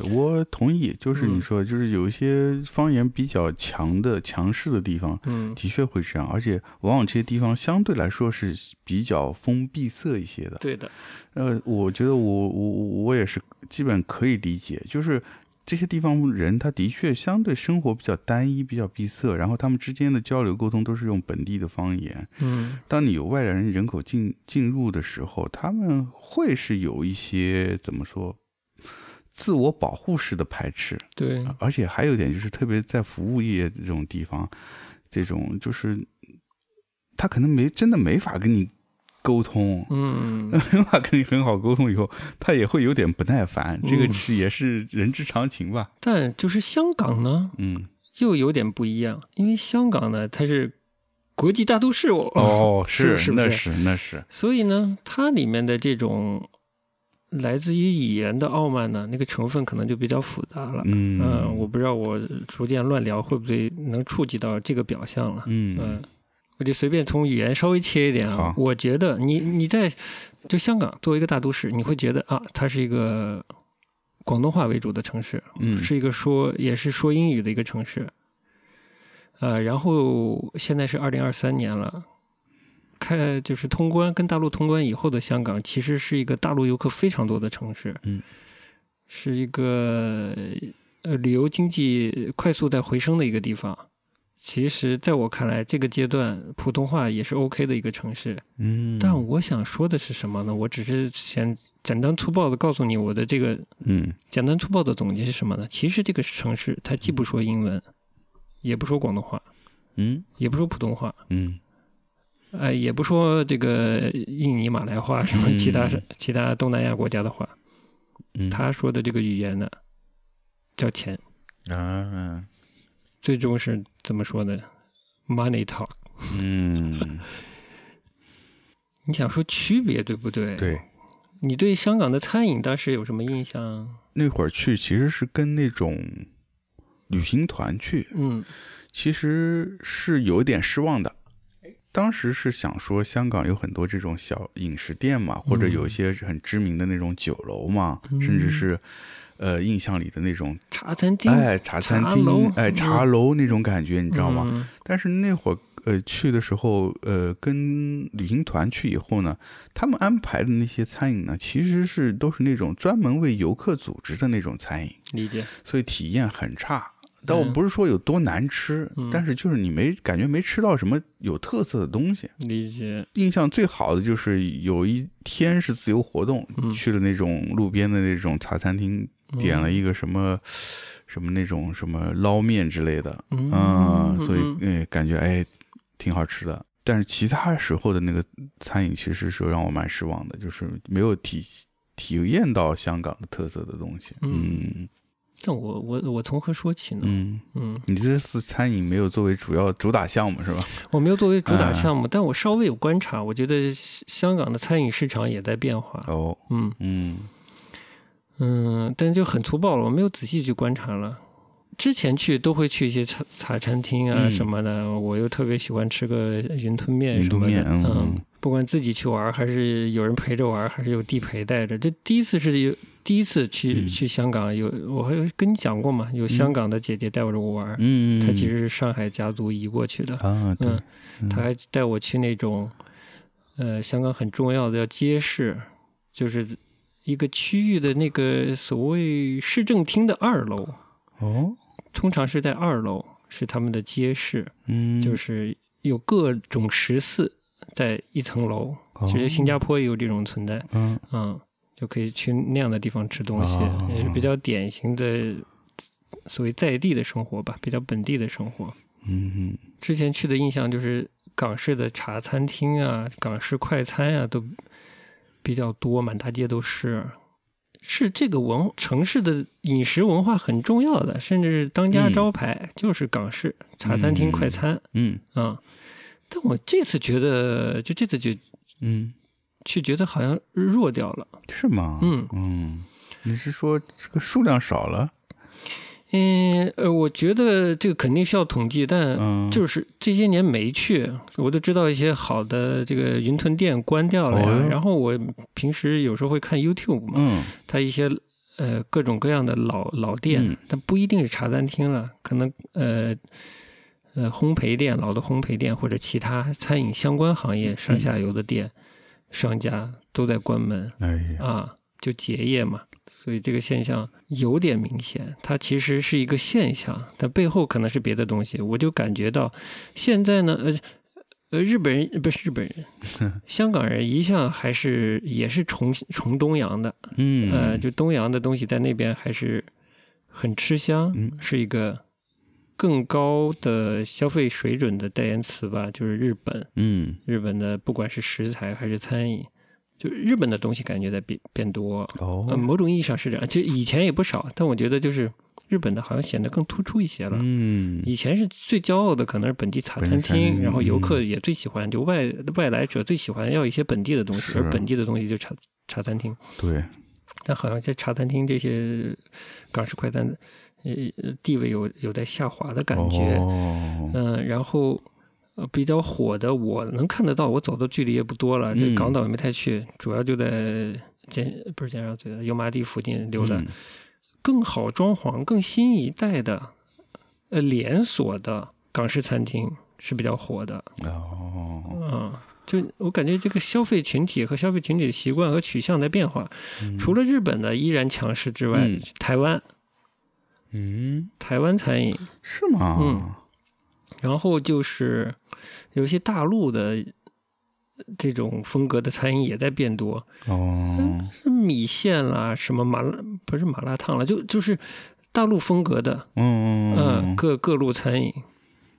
对我同意，就是你嗯说，就是有一些方言比较强的、强势的地方，嗯，的确会这样，而且往往这些地方相对来说是比较封闭塞一些的。对的，呃，我觉得我我我也是基本可以理解，就是这些地方人他的确相对生活比较单一、比较闭塞，然后他们之间的交流沟通都是用本地的方言。嗯当你有外来人人口进进入的时候，他们会是有一些怎么说，自我保护式的排斥，对，而且还有一点就是，特别在服务业这种地方，这种就是他可能没真的没法跟你沟通。 嗯，没法跟你很好沟通以后，他也会有点不耐烦，嗯这个是也是人之常情吧。但就是香港呢，嗯，又有点不一样，因为香港呢，它是国际大都市哦，哦，是是不那是是那是，所以呢，它里面的这种来自于语言的傲慢呢，那个成分可能就比较复杂了。嗯嗯，我不知道我逐渐乱聊会不会能触及到这个表象了。嗯嗯，我就随便从语言稍微切一点啊好。我觉得你你在就香港作为一个大都市，你会觉得啊，它是一个广东话为主的城市，嗯是一个说也是说英语的一个城市。呃，然后现在是二零二三年了，开就是通关跟大陆通关以后的香港，其实是一个大陆游客非常多的城市，嗯，是一个呃旅游经济快速在回升的一个地方。其实，在我看来，这个阶段普通话也是 OK 的一个城市。嗯，但我想说的是什么呢？我只是先简单粗暴的告诉你我的这个嗯简单粗暴的总结是什么呢？其实这个城市它既不说英文，也不说广东话，嗯也不说普通话，嗯呃，也不说这个印尼、马来话什么嗯其他、其他东南亚国家的话，嗯，他说的这个语言呢叫钱，啊最终是怎么说呢？Money talk。嗯，你想说区别对不对？ 对，你对香港的餐饮当时有什么印象？那会儿去其实是跟那种旅行团去，嗯其实是有一点失望的。当时是想说，香港有很多这种小饮食店嘛，或者有一些很知名的那种酒楼嘛，甚至是呃印象里的那种茶餐厅，哎茶餐厅茶楼哎茶楼那种感觉，你你知道吗？？嗯但是那会儿呃去的时候，呃跟旅行团去以后呢，他们安排的那些餐饮呢，其实是都是那种专门为游客组织的那种餐饮。理解。所以体验很差。但我嗯不是说有多难吃，嗯但是就是你没感觉没吃到什么有特色的东西。理解，印象最好的就是有一天是自由活动，嗯去了那种路边的那种茶餐厅，点了一一个什么什么那种什么捞面之类的，嗯啊，嗯所以嗯哎感觉哎挺好吃的。但是其他时候的那个餐饮其实是让我蛮失望的，就是没有体体验到香港的特色的东西。嗯那我我我从何说起嗯。呢？嗯嗯，你这次餐饮没有作为主要主打项目是 吧？我没有作为主哎打项目，但我稍微有观察，我觉得香香港的餐饮市场也在变化。哦，嗯嗯嗯，但就很粗暴了，我没有仔细去观察了。之前去都会去一些茶茶餐厅啊嗯什么的，我又特别喜欢吃个云吞面云什吞么的。面嗯嗯，不管自己去玩儿，还是有人陪着玩儿，还是有地陪带着，这第一次是有第一次去、嗯去香港，有我还有跟你讲过嘛，有香港的姐姐带着我玩儿，嗯，她其实是上海家族移过去的，啊，对嗯，他还带我去那种，呃，香港很重要的叫街市，就是一个区域的那个所谓市政厅的二楼，哦，通常是在二楼是他们的街市，嗯，就是有各种食肆在一层楼，哦其实新加坡也有这种存在，嗯嗯，就可以去那样的地方吃东西，哦也是比较典型的所谓在地的生活吧，比较本地的生活。嗯之前去的印象就是港式的茶餐厅啊、港式快餐啊都比较多，满大街都是。是这个文城市的饮食文化很重要的，甚至是当家嗯招牌、就是港式茶餐厅、嗯快餐嗯啊、但我这次觉得，就这次就嗯，却觉得好像弱掉了。是吗？嗯嗯，你是说这个数量少了？嗯呃，我觉得这个肯定需要统计，但嗯，呃就是是这些年没去，我都知道一些好的这个云吞店关掉了呀。哦哟然后我平时有时候会看 YouTube 嘛，嗯它一些呃各种各样的老老店，嗯但不一定是茶餐厅了，可能呃呃烘焙店、老的烘焙店或者其他餐饮相关行业上嗯下游的店、商家都在关门哎呀，啊，就结业嘛。所以这个现象有点明显，它其实是一个现象，但背后可能是别的东西。我就感觉到现在呢，呃呃，日本人不是日本 人，香港人一向还是也是崇崇东洋的，嗯呃，就东洋的东西在那边还是很吃香，嗯是一个更高的消费水准的代言词吧，就是日本。嗯日本的不管是食材还是餐饮，就日本的东西感觉在变变多。呃，哦，某种意义上是这样，其实以前也不少，但我觉得就是日本的好像显得更突出一些了。嗯以前是最骄傲的，可能是本地茶本餐地餐厅，厅嗯然后游客也最喜欢，就外外来者最喜欢要一些本地的东西，是而本地的东西就茶茶餐厅。对，但好像在茶餐厅这些港式快餐，呃，地位有有在下滑的感觉。哦，嗯，然后呃比较火的，我能看得到，我走的距离也不多了，这嗯港岛也没太去，主要就在尖不是尖沙咀，油麻地附近溜达。嗯更好装潢、更新一代的，呃，连锁的港式餐厅是比较火的。哦，嗯，就我感觉这个消费群体和消费群体的习惯和取向在变化。除了日本的依然强势之外，嗯台湾嗯，台湾餐饮，是吗？嗯然后就是有一些大陆的这种风格的餐饮也在变多，哦，是米线啦，什么麻辣不是麻辣烫了，就就是大陆风格的，嗯嗯嗯，嗯各各路餐饮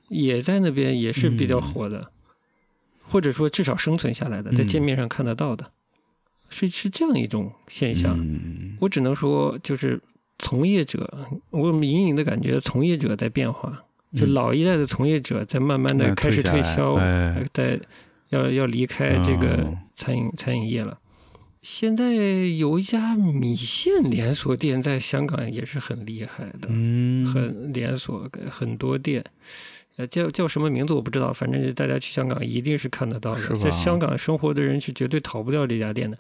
也在那边也是嗯比较火的，或者说至少生存下来的，在嗯界面上看得到的，是是这样一种现象。嗯我只能说，就是从业者，我隐隐的感觉从业者在变化，就嗯老一代的从业者在慢慢的嗯开始退退下来销，哎在要要离开这个哦餐饮、餐饮业了。现在有一家米线连锁店在香港也是很厉害的，嗯，很连锁很多店，呃，叫叫什么名字我不知道，反正大家去香港一定是看得到是的，吧在香港生活的人是绝对逃不掉这家店的。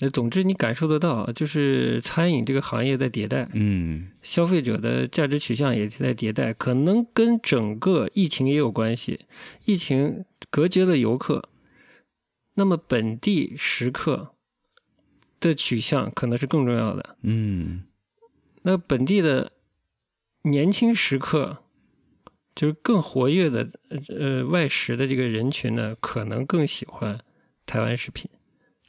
呃，总之你感受得到，就是餐饮这个行业在迭代，嗯消费者的价值取向也在迭代，可能跟整个疫情也有关系。疫情隔绝了游客，那么本地食客的取向可能是更重要的。嗯那本地的年轻食客，就是更活跃的呃外食的这个人群呢，可能更喜欢台湾食品、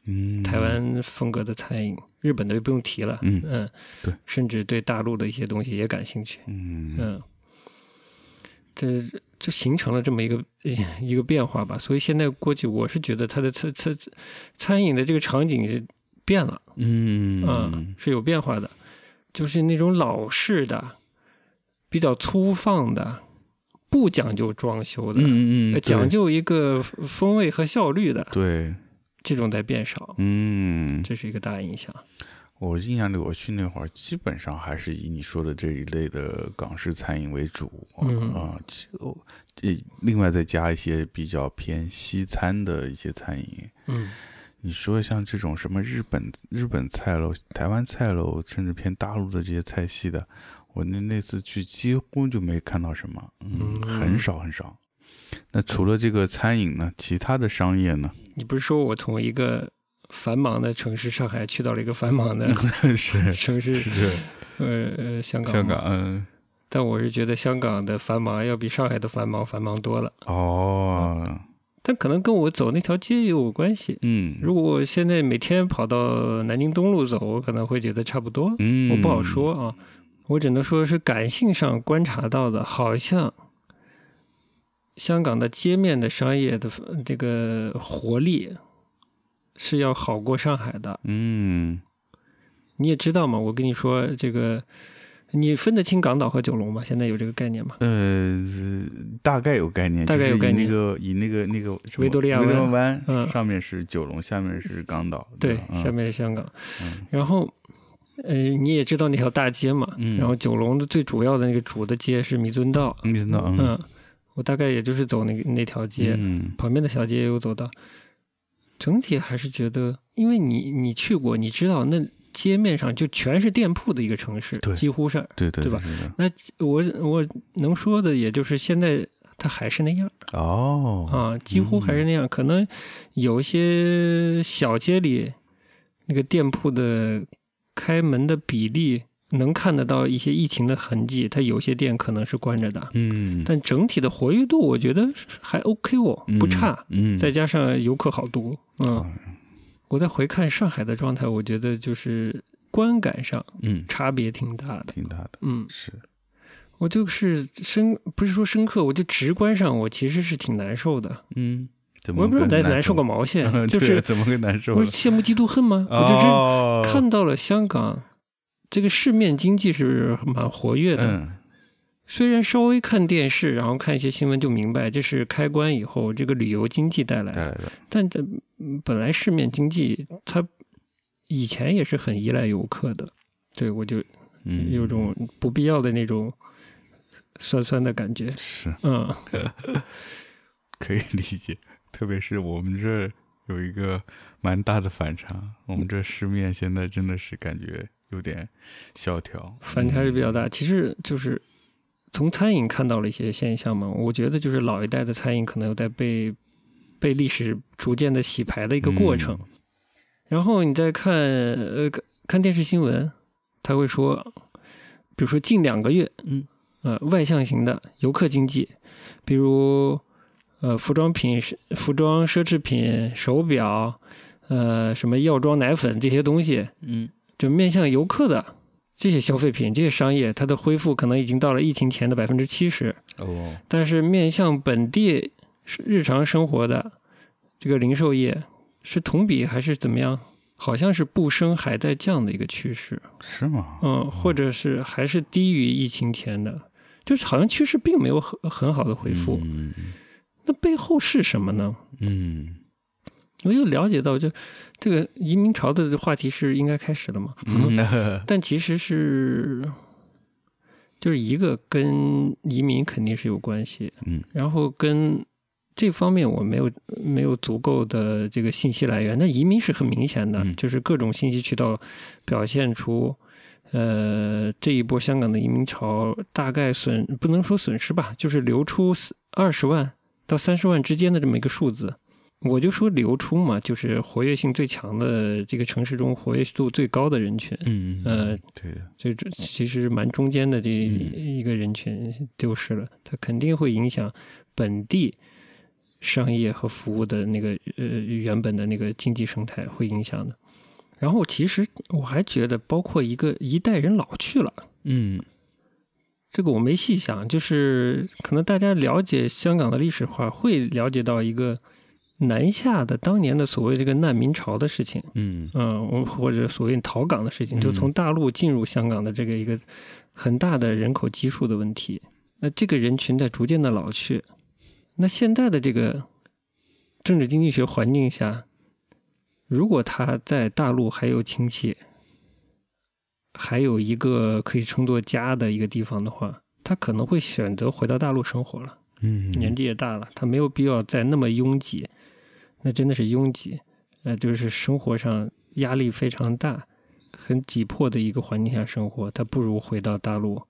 嗯，台湾风格的餐饮，日本的就不用提了，嗯嗯，对，甚至对大陆的一些东西也感兴趣，嗯嗯，这就形成了这么一个 一个变化吧。所以现在过去，我是觉得它的餐餐餐饮的这个场景是变了。嗯嗯，是有变化的，就是那种老式的、比较粗放的、不讲究装修的、嗯呃嗯，讲究一个风味和效率的，对，这种在变少，嗯，这是一个大影响。我印象里我去那会儿，基本上还是以你说的这一类的港式餐饮为主嗯啊，其哦这另外再加一些比较偏西餐的一些餐饮。嗯你说像这种什么日本日本菜楼、台湾菜楼，甚至偏大陆的这些菜系的，我那那次去几乎就没看到什么，嗯，嗯很少很少。那除了这个餐饮呢，其他的商业呢？ 你不是说我从一个繁忙的城市上海去到了一个繁 忙的是城市，是呃呃，香港。香港，。嗯，但我是觉得香港的繁忙要比上海的繁忙繁忙多了，哦，但可能跟我走那条街也有关系。嗯，如果我现在每天跑到南京东路走，我可能会觉得差不多，嗯，我不好说啊。我只能说是感性上观察到的，好像香港的街面的商业的呃这个活力是要好过上海的。嗯，你也知道嘛，我跟你说这个，你分得清港岛和九龙吗？现在有这个概念吗？呃，大概有概念，大概有概念就是以那个以那个那个什么维多利亚湾维湾嗯上面是九龙，下面是港岛，对吧，下面是香港。嗯然后，呃，你也知道那条大街嘛，嗯然后九龙的最主要的那个主的街是弥敦道，嗯，真的，嗯，嗯，我大概也就是走那个那条街，嗯旁边的小街也有走到。整体还是觉得，因为你你去过，你知道那街面上就全是店铺的一个城市对，几乎是。对对对吧是的我我能说的也就是现在它还是那样哦，啊，几乎还是那样。可能有一些小街里那个店铺的开门的比例能看得到一些疫情的痕迹，它有些店可能是关着的，嗯，但整体的活跃度我觉得是还 OK 哦，嗯不差，，嗯，再加上游客好多，嗯，哦我再回看上海的状态，我觉得就是观感上嗯，差别挺大的，挺大的，嗯，是，我就是深不是说深刻，我就直观上我其实是挺难受的，嗯，怎么我也不知道个咱难受个毛线，就 对是怎么个难受我了是，羡慕嫉妒恨吗？我就哦是看到了香港这个市面经济是蛮活跃的，嗯虽然稍微看电视，然后看一些新闻就明白，这是开关以后这个旅游经济带来带的。来的，但这嗯本来市面经济它以前也是很依赖游客的，对我就嗯，有种不必要的那种酸酸的感觉。是嗯，可以理解，特别是我们这儿有一个蛮大的反差，我们这市面现在真的是感觉有点萧条，嗯反差是比较大。其实就是从餐饮看到了一些现象嘛，我觉得就是老一代的餐饮可能有在被被历史逐渐的洗牌的一个过嗯程。然后你再看呃看看电视新闻，他会说，比如说近两个月，嗯，呃，外向型的游客经济，比如呃服装品、是服装奢侈品、手表，呃什么药妆、奶粉这些东西，嗯就面向游客的这些消费品、这些商业，它的恢复可能已经到了疫情前的百分之七十。哦，但是面向本地是日常生活的这个零售业是同比还是怎么样？好像是不升还在降的一个趋势，是吗？嗯，或者是还是低于疫情前的，就是好像趋势并没有很很好的恢复。嗯那背后是什么呢？嗯，我又了解到，就这个移民潮的话题是应该开始了吗？嗯 但其实是，就是一个跟移民肯定是有关系，嗯，然后跟这方面我没有没有足够的这个信息来源。那移民是很明显的，嗯就是各种信息渠道表现出，呃，这一波香港的移民潮大概损不能说损失吧，就是流出二十万到三十万之间的这么一个数字。我就说流出嘛，就是活跃性最强的这个城市中活跃度最高的人群，嗯呃，对的，就这其实蛮中间的这嗯一个人群丢失了，它肯定会影响本地商业和服务的那个呃原本的那个经济生态会影响的。然后其实我还觉得，包括一个一代人老去了，嗯这个我没细想，就是可能大家了解香港的历史的话，会了解到一个南下的当年的所谓这个难民潮的事情。嗯嗯，我或者所谓逃港的事情，嗯就从大陆进入香港的这个一个很大的人口基数的问题。那这个人群在逐渐的老去，那现在的这个政治经济学环境下，如果他在大陆还有亲戚，还有一个可以称作家的一个地方的话，他可能会选择回到大陆生活了。嗯，年纪也大了，他没有必要再那么拥挤，那真的是拥挤，呃，就是生活上压力非常大，很紧迫的一个环境下生活，他不如回到大陆，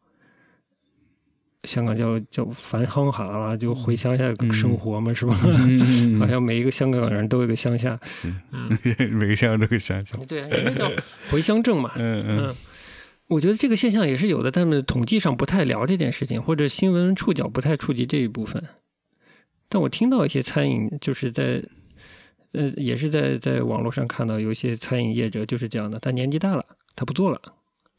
香港叫叫繁夯哈了，就回乡下生活嘛，是吧？嗯 好像每一个香港人都有一个乡下，是每个香港都会想想，对，那叫 回乡证嘛，嗯嗯嗯，我觉得这个现象也是有的，但是统计上不太聊这件事情，或者新闻触角不太触及这一部分。但我听到一些餐饮就是在，呃，也是在在网络上看到有一些餐饮业者就是这样的，他年纪大了，他不做了，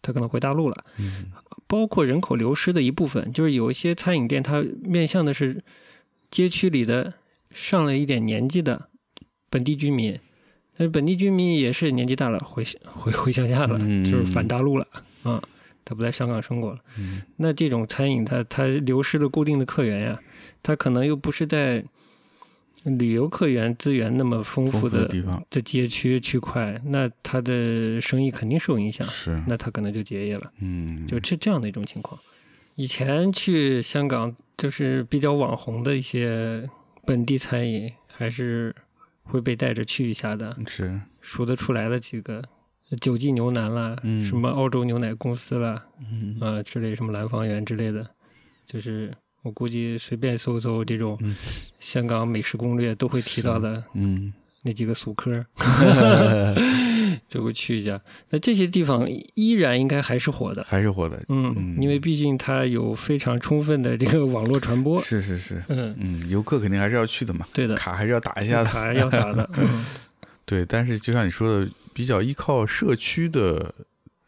他可能回大陆了。嗯包括人口流失的一部分，就是有一些餐饮店它面向的是街区里的上了一点年纪的本地居民，但是本地居民也是年纪大了，回回回乡下了，嗯就是返大陆了啊、他不在香港生活了。嗯那这种餐饮它它流失了固定的客源呀，它可能又不是在旅游客源资源那么丰丰富富的的地方的街区区块，那它的生意肯定受影响，是，那它可能就结业了。嗯，就这这样的一种情况。以前去香港就是比较网红的一些本地餐饮，还是会被带着去一下的，是，数得出来的几个，九记牛腩啦，嗯什么澳洲牛奶公司啦，嗯啊、之类，什么兰芳园之类的，就是我估计随便搜搜这种嗯香港美食攻略都会提到的嗯那几个俗 科，就会去一下。那这些地方依然应该还是火的，还是火的，嗯，嗯因为毕竟它有非常充分的这个网络传播。是是是，嗯，嗯，游客肯定还是要去的嘛，对的，卡还是要打一下的，卡要打 的。嗯，对，但是就像你说的，比较依靠社区的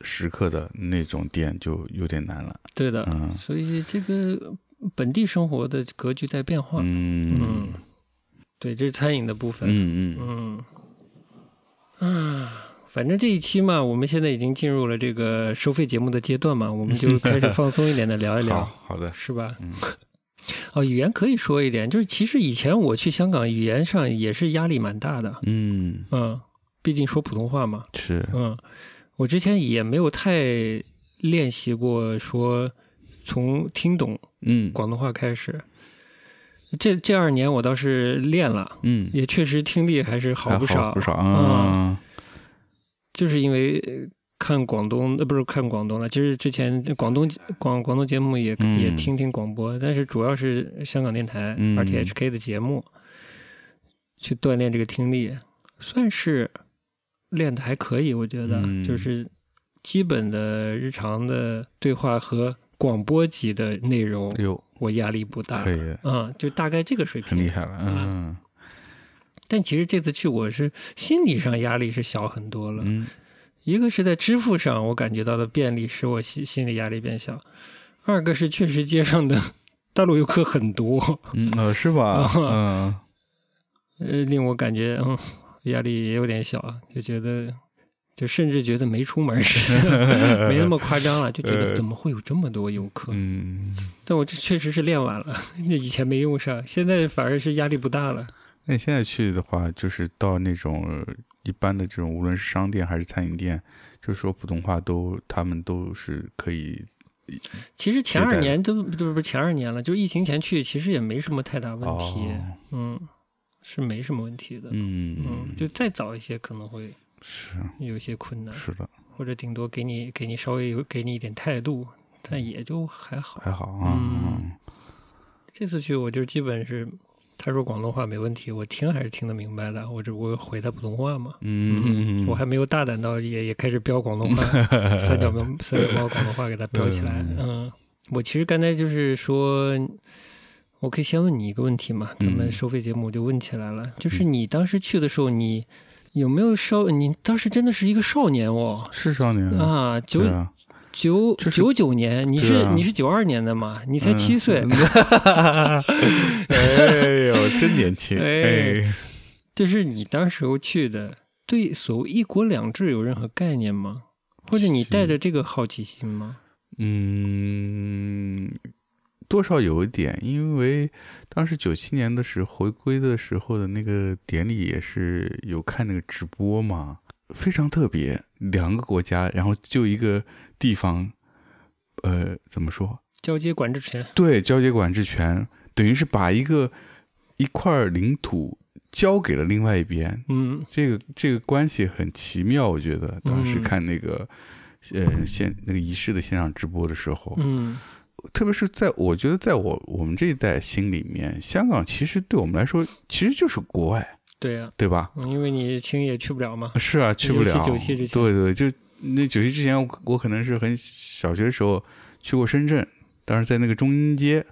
食客的那种店就有点难了。对的。嗯所以这个本地生活的格局在变化。嗯对，这是餐饮的部分。嗯嗯，嗯啊，反正这一期嘛，我们现在已经进入了这个收费节目的阶段嘛，我 们就开始放松一点的聊一嗯好聊，好的，是吧？嗯哦，语言可以说一点，就是其实以前我去香港，语言上也是压力蛮大的。嗯嗯，毕竟说普通话嘛。是，嗯，我之前也没有太练习过，说从听懂嗯广东话开始。这这二年我倒是练了，嗯，也确实听力还是好还不嗯好少，不少啊，就是因为呃看广东，呃，不是看广东了，其实之前广东广广东节目也、嗯也听听广播，但是主要是香港电台、嗯 RTHK 的节目，去锻炼这个听力，算是练的还可以，我觉得、嗯就是基本的日常的对话和广播级的内容，哎呦，我压力不大可，以的，嗯，就大概这个水很厉平。害了，嗯但其实这次去，我是心理上压力是小很多了。嗯一个是在支付上，我感觉到的便利使我心心理压力变小；二个是确实街上的 大陆游客很多，嗯，呃，是 吧？嗯呃，令我感觉嗯压力也有点小，啊就觉得就甚至觉得没出门似的， 没那么夸张了，就觉得呃怎么会有这么多游客？ 嗯，但我这确实是练完了，那以前没用上，现在反而是压力不大了。那你现在去的话，就是到那种呃一般的这种，无论是商店还是餐饮店，就是说普通话都他们都是可以，其实前是二的年都不是不是前二年了，就是疫情前去，其实也没什么太大问题，哦嗯，是没什么问题的。嗯嗯，，就再早一些可能会是有一些困难，是的，或者顶多给你给你稍微有给你一点态度，但也就还好。还好啊，嗯这次去我就基本是他说广东话没问题，我听还是听得明白的，我只不过回他普通话嘛。嗯，我还没有大胆到也也开始飙广东话， 三脚猫三脚猫广东话给它飙起来。嗯，我其实刚才就是说，我可以先问你一个问题嘛，咱们嗯收费节目我就问起来了，就是你当时去的时候，你有没有少？你当时真的是一个少年哦。是少年啊，啊，九对啊，九就是九九年，你是、对啊你是九二年的嘛？你才嗯七岁， 哎呦，真年轻，哎哎，就是你当时候去的，对所谓“一国两制”有任何概念吗？或者你带着这个好奇心吗？嗯，多少有一点，因为当时九七年的时候回归的时候的那个典礼也是有看那个直播嘛，非常特别，两个国家，然后就一个地方，呃，怎么说？交接管制权，对，交接管制权，等于是把一个一块领土交给了另外一边，嗯，这个这个关系很奇妙，我觉得当时嗯看那个。呃，现那个仪式的现场直播的时候，嗯特别是在我觉得，在我我们这一代心里面，香港其实对我们来说，其实就是国外，，对呀、对吧？嗯因为你轻易也去不了嘛。是啊，去不了。尤其97之前对对，就那九七之前我，我可能是很小学的时候去过深圳，当时在那个中英街，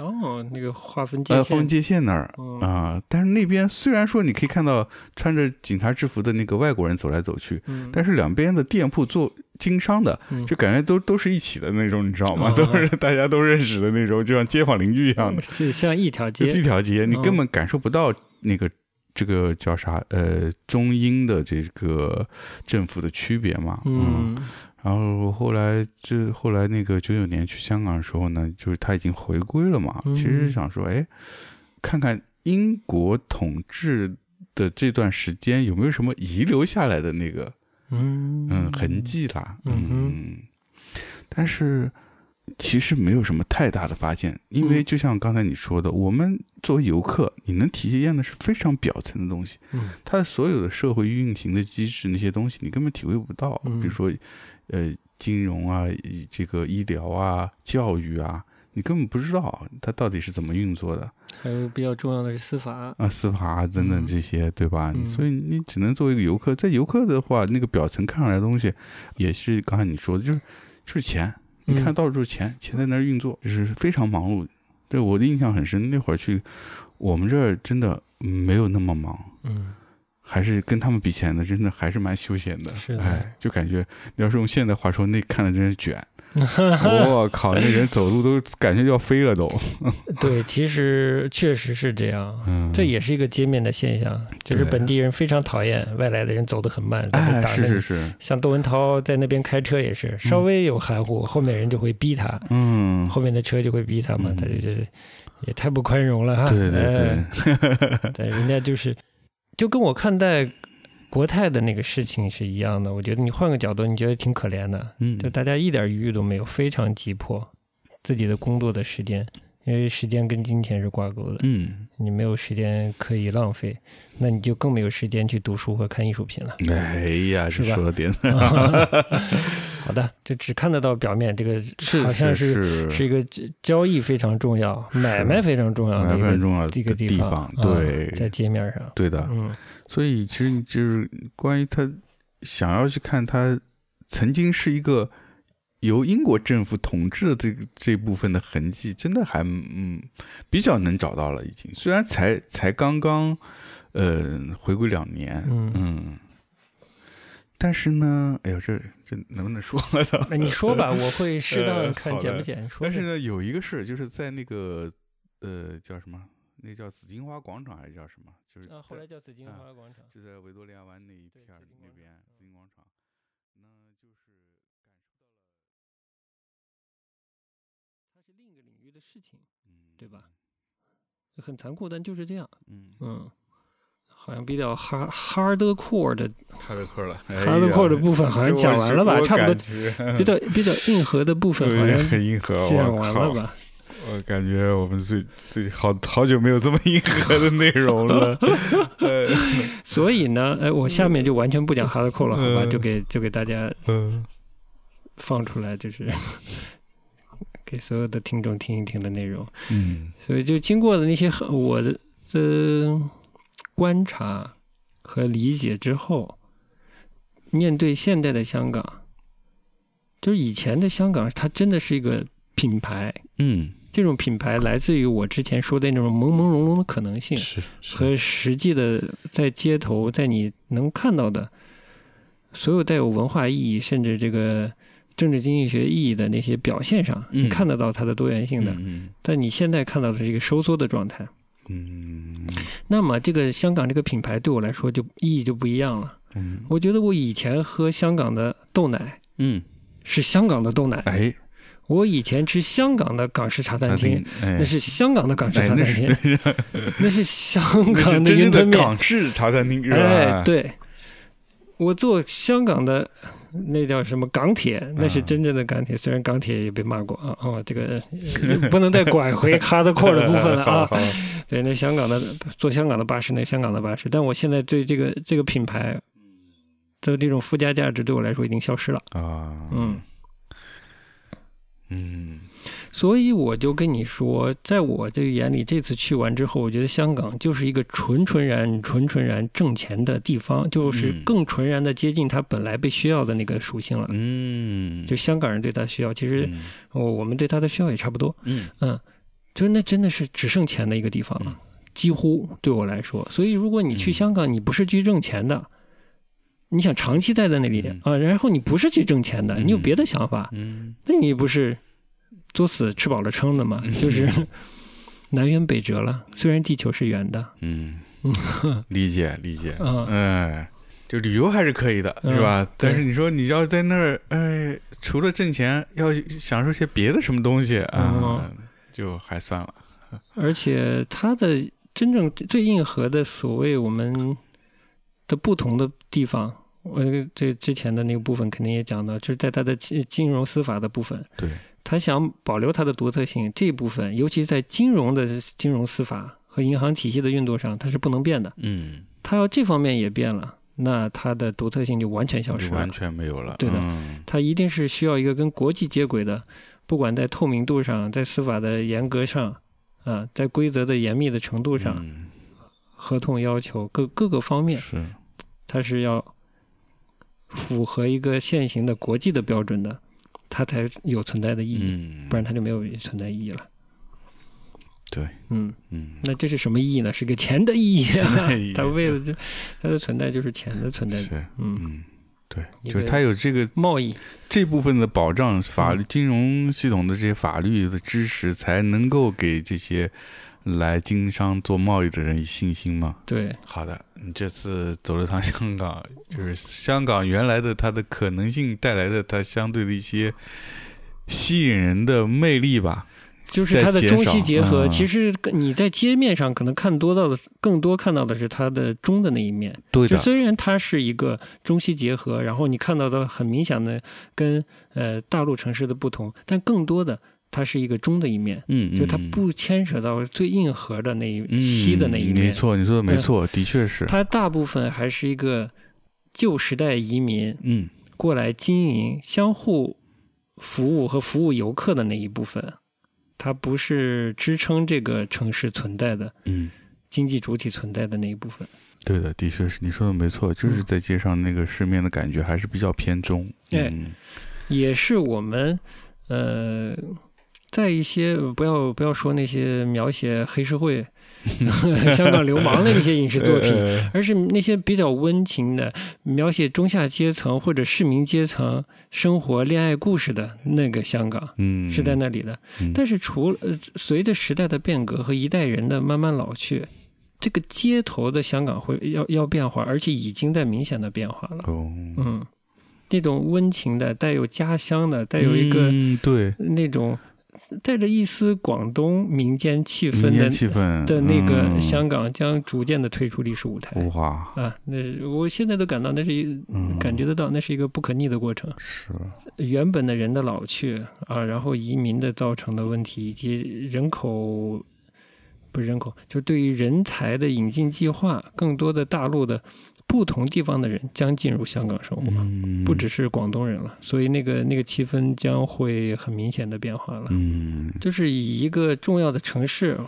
哦，那个划分界呃，限，红界线那儿嗯啊、但是那边虽然说你可以看到穿着警察制服的那个外国人走来走去，嗯，但是两边的店铺做经商的，嗯就感觉都都是一起的那种，你知道吗？哦都是大家都认识的那种，就像街坊邻居一样的。是像一条就这街，条街，你根嗯本感受不到那个这个叫啥呃中英的这个政府的区别嘛。嗯然后后来这后来那个九九年去香港的时候呢，就是他已经回归了嘛，嗯其实想说，哎，看看英国统治的这段时间有没有什么遗留下来的那个嗯嗯，痕，迹啦，嗯哼嗯，但是其实没有什么太大的发现，因为嗯就像刚才你说的，我们作为游客，你能体验的是非常表层的东西，嗯它的所有的社会运行的机制那些东西，你根本体会不到，嗯比如说，呃，金融啊，以这个医疗啊，教育啊，你根本不知道它到底是怎么运作的还有比较重要的是司法，啊，司法啊等等嗯这些，对吧？嗯所以你只能作为一个游客，在游客的话，那个表层看上来的东西，也是刚才你说的，就是就是钱，你看嗯到处是钱，钱在那儿运作，就是非常忙碌。对我的印象很深，那会儿去我们这儿真的没有那么忙，嗯，还是跟他们比起来呢，真的还是蛮休闲的。是的哎，就感觉你要是用现代话说，那看着真是 卷。我靠，那人走路都感觉要飞了都。对，其实确实是这样。嗯， 这也是一个街面的现象，就是对啊本地人非常讨厌外来的人走得很慢，在那哎，打是着是嗯你。是，像窦文涛在那边开车也是，稍微有含糊，后面人就会逼他，嗯，后面的车就会逼他嘛，嗯他就觉得也太不宽容了哈。对对对。哎但人家就是，就跟我看待国泰的那个事情是一样的。我觉得你换个角度，你觉得挺可怜的，嗯，就大家一点余裕都没有，非常急迫自己的工作的时间，因为时间跟金钱是挂钩的，嗯，你没有时间可以浪费，那你就更没有时间去读书和看艺术品了。哎呀，这是吧说的点好的，这只看得到表面，这个好像是是是一个交交易非常重要，是买卖非常重要的蛮非一常个重要的一个地方，啊对，在街面上，对的。 嗯，所以其实你就是关于他想要去看他曾经是一个由英国政府统治的这个这部分的痕迹，真的还嗯比较能找到了，已经虽然才才刚刚呃回归两年，嗯但是呢，哎呦这这能不能说我操？那你说吧，我会适当地呃看好剪的 不剪，说但是呗呢，有一个事就是在那个呃叫什么，那个叫紫荆花广场还是叫什么，就是啊，后在来叫紫荆啊花广场。就在维多利亚湾那一对片儿紫荆那广边场紫荆广场，那就是感受到了，它是另一个领域的事情，嗯，对吧？很残酷，但就是这样。嗯，嗯，好像比较 hard hard core 的开了课了，开 hard core 的部分好像讲完了吧，差不多。 多比较比较硬核的部分好像 很硬核，讲我完靠了？吧？我感觉我们最最好好久没有这么硬核的内容 了。呃所以呢，哎，我下面就完全不讲 hard core 了，好吧？嗯就给就给大家嗯放出来，就是 给所有的听众听一听的内容。嗯所以就经过了那些很我的的观察和理解之后，面对现代的香港，就是以前的香港，它真的是一个品牌。嗯，这种品牌来自于我之前说的那种朦朦胧胧的可能性是和实际的在街头，在你能看到的所有带有文化意义，甚至这个政治经济学意义的那些表现上，嗯你看得到它的多元性的。嗯但你现在看到的是一个收缩的状态。嗯那么，这个香港这个品牌对我来说就意义就不一样了。嗯我觉得我以前喝香港的豆奶嗯，是香港的豆奶，哎，我以前吃香港的港式茶餐厅。，哎那。是香港的港式哎茶那餐是厅，那是香港 那的是真云正吞的面。港式茶餐厅是吧？哎，对，我坐香港的那叫什么港铁，那啊是真正的港铁。虽然港铁也被骂过啊，哦，这个呃不能再拐回 hard core 的部分了 啊好。好对，那香港的坐香港的巴士，那香港的巴士。但我现在对这个这个品牌的这种附加价值对我来说已经消失了。啊，嗯，嗯所以我就跟你说，在我这个眼里，这次去完之后，我觉得香港就是一个纯纯然、纯纯然挣钱的地方，就是嗯更纯然的接近它本来被需要的那个属性了。嗯，就香港人对它需要，其实嗯我我们对它的需要也差不多。嗯嗯，就是那真的是只剩钱的一个地方了，几乎对我来说。所以如果你去嗯香港，你不是去挣钱的，你想长期待在那里嗯啊，然后你不是去挣钱的，你有别的想法，嗯那你不是作死吃饱了撑的嘛？就是 南辕北辙了。虽然地球是圆的，嗯，理解理解，嗯哎，就旅游还是可以的，嗯是吧？对但是你说你要在那儿，哎，除了挣钱，要享受些别的什么东西啊嗯，就还算了。而且它的真正最硬核的所谓我们的不同的地方，我这之前的那个部分肯定也讲到，就是在它的金金融司法的部分，对，它想保留它的独特性这一部分，尤其在金融的金融司法和银行体系的运作上，它是不能变的。嗯，它要这方面也变了，那它的独特性就完全消失就了完。全没有了。对的嗯它一定是需要一个跟国际接轨的，不管在透明度上，在司法的严格上，啊，在规则的严密的程度上，嗯合同要求各各个方面，是，它是要符合一个现行的国际的标准的，它才有存在的意义，嗯，不然它就没有存在意义了。对，嗯，嗯，那这是什么意义呢？是个钱的意义、啊钱的意义， 它为了就它的存在就是钱的存在，是，嗯，嗯，对，一就是个它有这个贸易，这部分的保障，法嗯律、金融系统的这些法律的支持，才能够给这些来经商做贸易的人以信心吗？对，好的，你这次走了趟 香港，就是香港原来的它的可能性带来的它相对的一些吸引人的魅力吧，就是它的中西结合，其实实跟你在街面上可能看多到的，更多看到的是它的中的那一面。对就的，虽然它是一个中西结合，然后你看到的很明显的跟呃大陆城市的不同，但更多的它是一个中的一面，嗯，就它嗯嗯不牵扯到最硬核的那一嗯稀的那一面。没错，你说的没嗯错，的确是，它大部分还是一个旧时代移民嗯过来经营、相互服务和服务游客的那一部分，它不是支撑这个城市存在的嗯，经济主体存在的那一部分。对的，的确是，你说的没错，就是嗯在街上那个市面的感觉还是比较偏中，哎嗯也是我们呃，在一些不要不要说那些描写黑社会、 香港流氓的那些影视作品，呃而是那些比较温情的，描写中下阶层或者市民阶层生活、恋爱故事的那个香港。嗯是在那里的，嗯但是除了、呃、随着时代的变革和一代人的慢慢老去，这个街头的香港会要要变化，而且已经在明显的变化了。哦，嗯，那种温情的、带有家乡的、带有一个、嗯对那种带着一丝广东民间气氛民间的气氛的那个嗯香港，将逐渐的退出历史舞台。哇，啊，那是我现在都感到那是一嗯感觉得到，那是一个不可逆的过程。是，原本的人的老去啊，然后移民的造成的问题，以及人口不是人口，就对于人才的引进计划，更多的大陆的不同地方的人将进入香港生活。嗯，不只是广东人了，所以那个那个气氛将会很明显的变化了。嗯就是以一个重要的城市，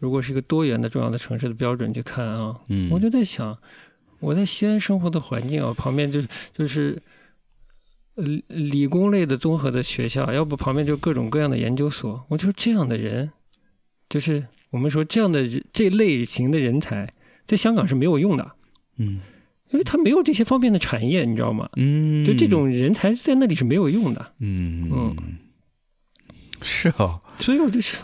如果是一个多元的重要的城市的标准去看啊，嗯，我就在想，我在西安生活的环境啊，旁边就是就是。呃，理工类的综合的学校，要不旁边就各种各样的研究所。我就这样的人，就是我们说这样的人这类型的人才，在香港是没有用的，嗯因为他没有这些方面的产业，你知道吗？嗯，就这种人才在那里是没有用的。嗯嗯 哦是啊，所以我就想，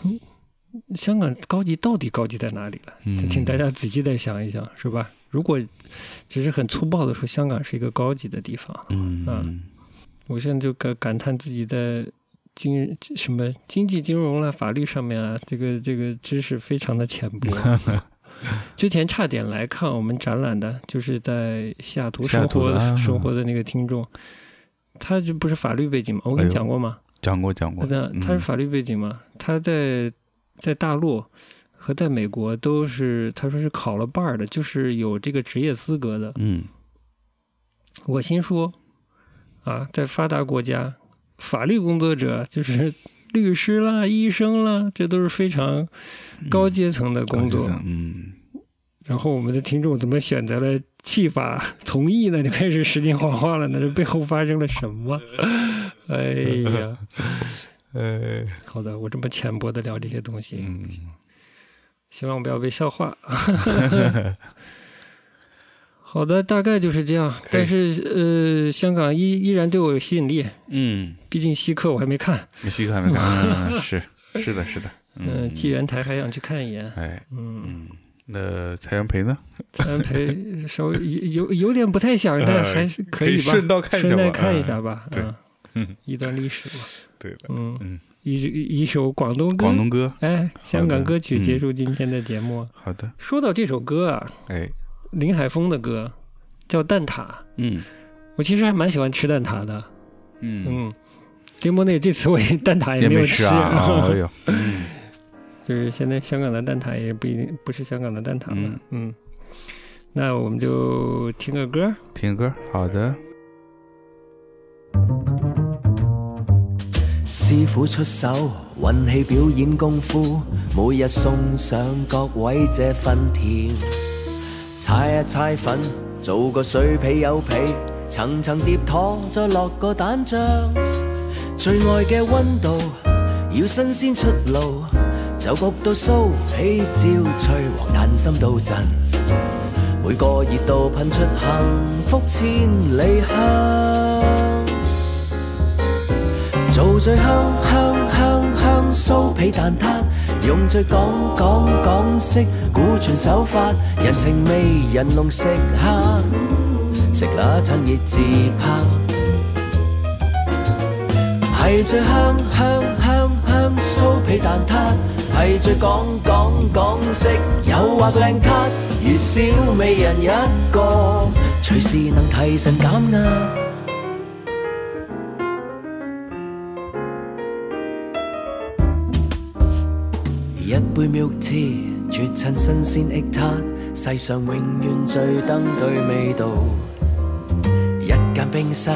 香港高级到底高级在哪里了？嗯就请大家仔细再想一想，是吧？如果只是很粗暴的说香港是一个高级的地方，嗯啊嗯我现在就感感叹自己在经什么经济金融啦、法律上面啊，这个这个知识非常的 浅薄。之前差点来看我们展览的，就是在西雅图西雅生图活的啊生活的那个听众，他就不是法律背景嘛，我跟哎你呦讲过吗？讲过讲过，那他是嗯法律背景嘛？他在在大陆和在美国都是，他说是考了 bar 的，就是有这个职业资格的。嗯我心说，啊，在发达国家，法律工作者就是 律师啦、医生啦，这都是非常嗯高阶层的工作。嗯然后我们的听众怎么选择了弃法 从艺呢？就开始使劲谎话了呢？这背后发生了什么？ 哎呀！呃好的，我这么浅薄的聊这些东西，嗯希望不要被笑话。 好的，大概就是这样。但是呃，香港依依然对我有吸引力，嗯，毕竟稀客我还没看，你西克还没看嗯，嗯嗯是是的是的，嗯、嗯纪元台还想去看一眼。哎嗯，嗯，那蔡元培呢？安培稍微有有有点不太想，但还是呃可以以吧，顺道看一下顺带吧，看一嗯下吧。对嗯，一段历史嘛。对的，嗯嗯，一一首广东歌，广东歌，哎，香港歌曲嗯结束今天的节目。好的，说到这首歌啊，哎，林海峰的歌叫《蛋挞》，嗯我其实还蛮喜欢吃蛋挞的。嗯，嗯，丁莫内这次我也蛋挞也没有吃 啊，哎呦，嗯就是现在香港的蛋挞也不一定不是香港的蛋挞了。嗯嗯那我们就听个歌。听歌，好的，師傅出手，運氣表演功夫，每日送上各位這份甜。猜一猜粉，做個水皮有皮，層層疊妥，再落個蛋漿。最愛嘅温度，要新鮮出爐，就焗到酥皮焦脆，黃蛋心到震。每個熱度噴出幸福千里香。做最香香香香酥皮蛋撻，用最港港港式古傳手法，人情味人濃食客，食啦趁熱自拍。係最香香香香酥皮蛋撻，係最港港港式誘惑靚撻，如小美人一個，隨時能提神減壓。一杯 milk tea，啜親新鮮液撻，世上永遠最登對味道。一間冰室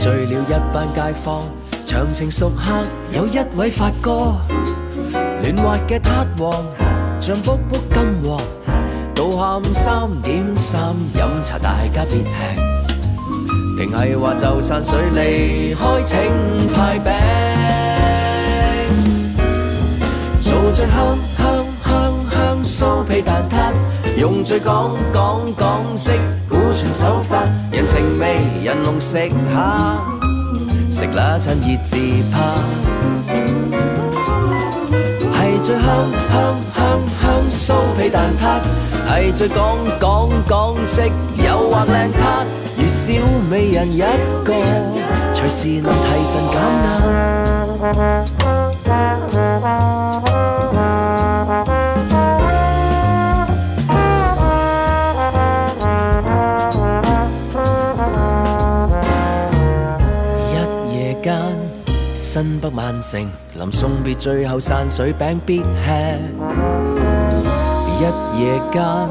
聚了一班街坊，長情熟客有一位發哥，嫩滑嘅撻王像卜卜金黃。到下午三點三飲茶，大家別吃。定係話就散水離開請派餅。做最香香香香酥皮蛋撻，用最港港港式古傳手法，人情味人濃食下，食啦趁熱自拍。係最香香香香酥皮蛋撻，係最港港港式誘惑靚撻，如小美人一個，隨時能提神減壓。一夜間，新北萬城，臨送別最後散水餅必吃。一夜間，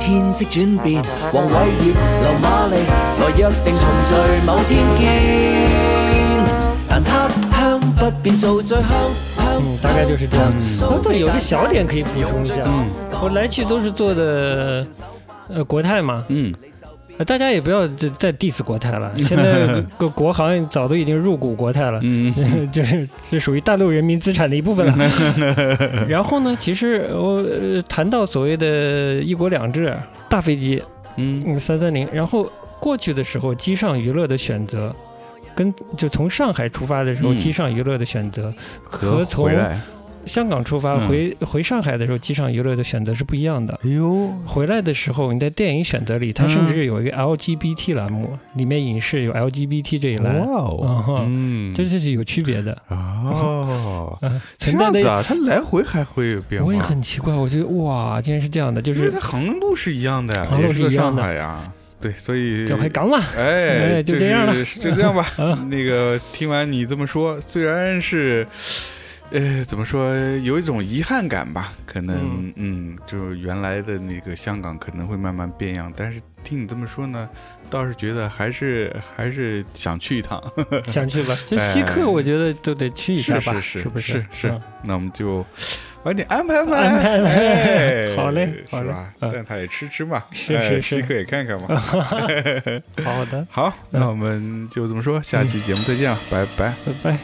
天色轉變，黃偉業、劉馬利來約定重聚某天見。但黑香不變，做最香香。嗯大概就是这样香不过有个小点可以补充一下，嗯我来去都是做的呃国泰嘛，嗯，呃大家也不要再再 diss 国泰 了，现在国国航早都已经入股国泰了，嗯 就是是属于大陆人民资产的一部分了。 然后呢，其实我、呃、谈到所谓的一国两制大飞机，嗯嗯，三三零。然后过去的时候，机上娱乐的选择，跟就从上海出发的时候，嗯机上娱乐的选择和和从回来，香港出发嗯回、回上海的时候，机上娱乐的选择是不一样的。哎呦，回来的时候，你在电影选择里，它甚嗯至有一个 LGBT 栏目，里面影视有 LGBT 这一哇栏，嗯哦，哼嗯，这就是有区别的。哦，呃，这 存在样子的啊，它来回还会有变化，我也很奇怪，我觉得哇，竟然是这样的，就因为是它航路是一样的呀，航路也是在一样上的海呀，对，所以就还港 嘛，哎，哎就这样了。是就这样吧 啊那个听完你这么说，虽然是，呃，怎么说，有一种遗憾感吧，可能，嗯，就原来的那个香港可能会慢慢变样，但是听你这么说呢，倒是觉得还是还是想去一趟。想去吧。就稀哎客，我觉得都得去一下吧，是是不是？是是嗯那我们就晚点安排安排，安排安排哎 好嘞好是嘞吧？嗯但他也吃吃嘛，是哎是啊是稀客也看看嘛。嗯好的，好，那我们就这么说，下期节目再见了，拜拜。拜拜。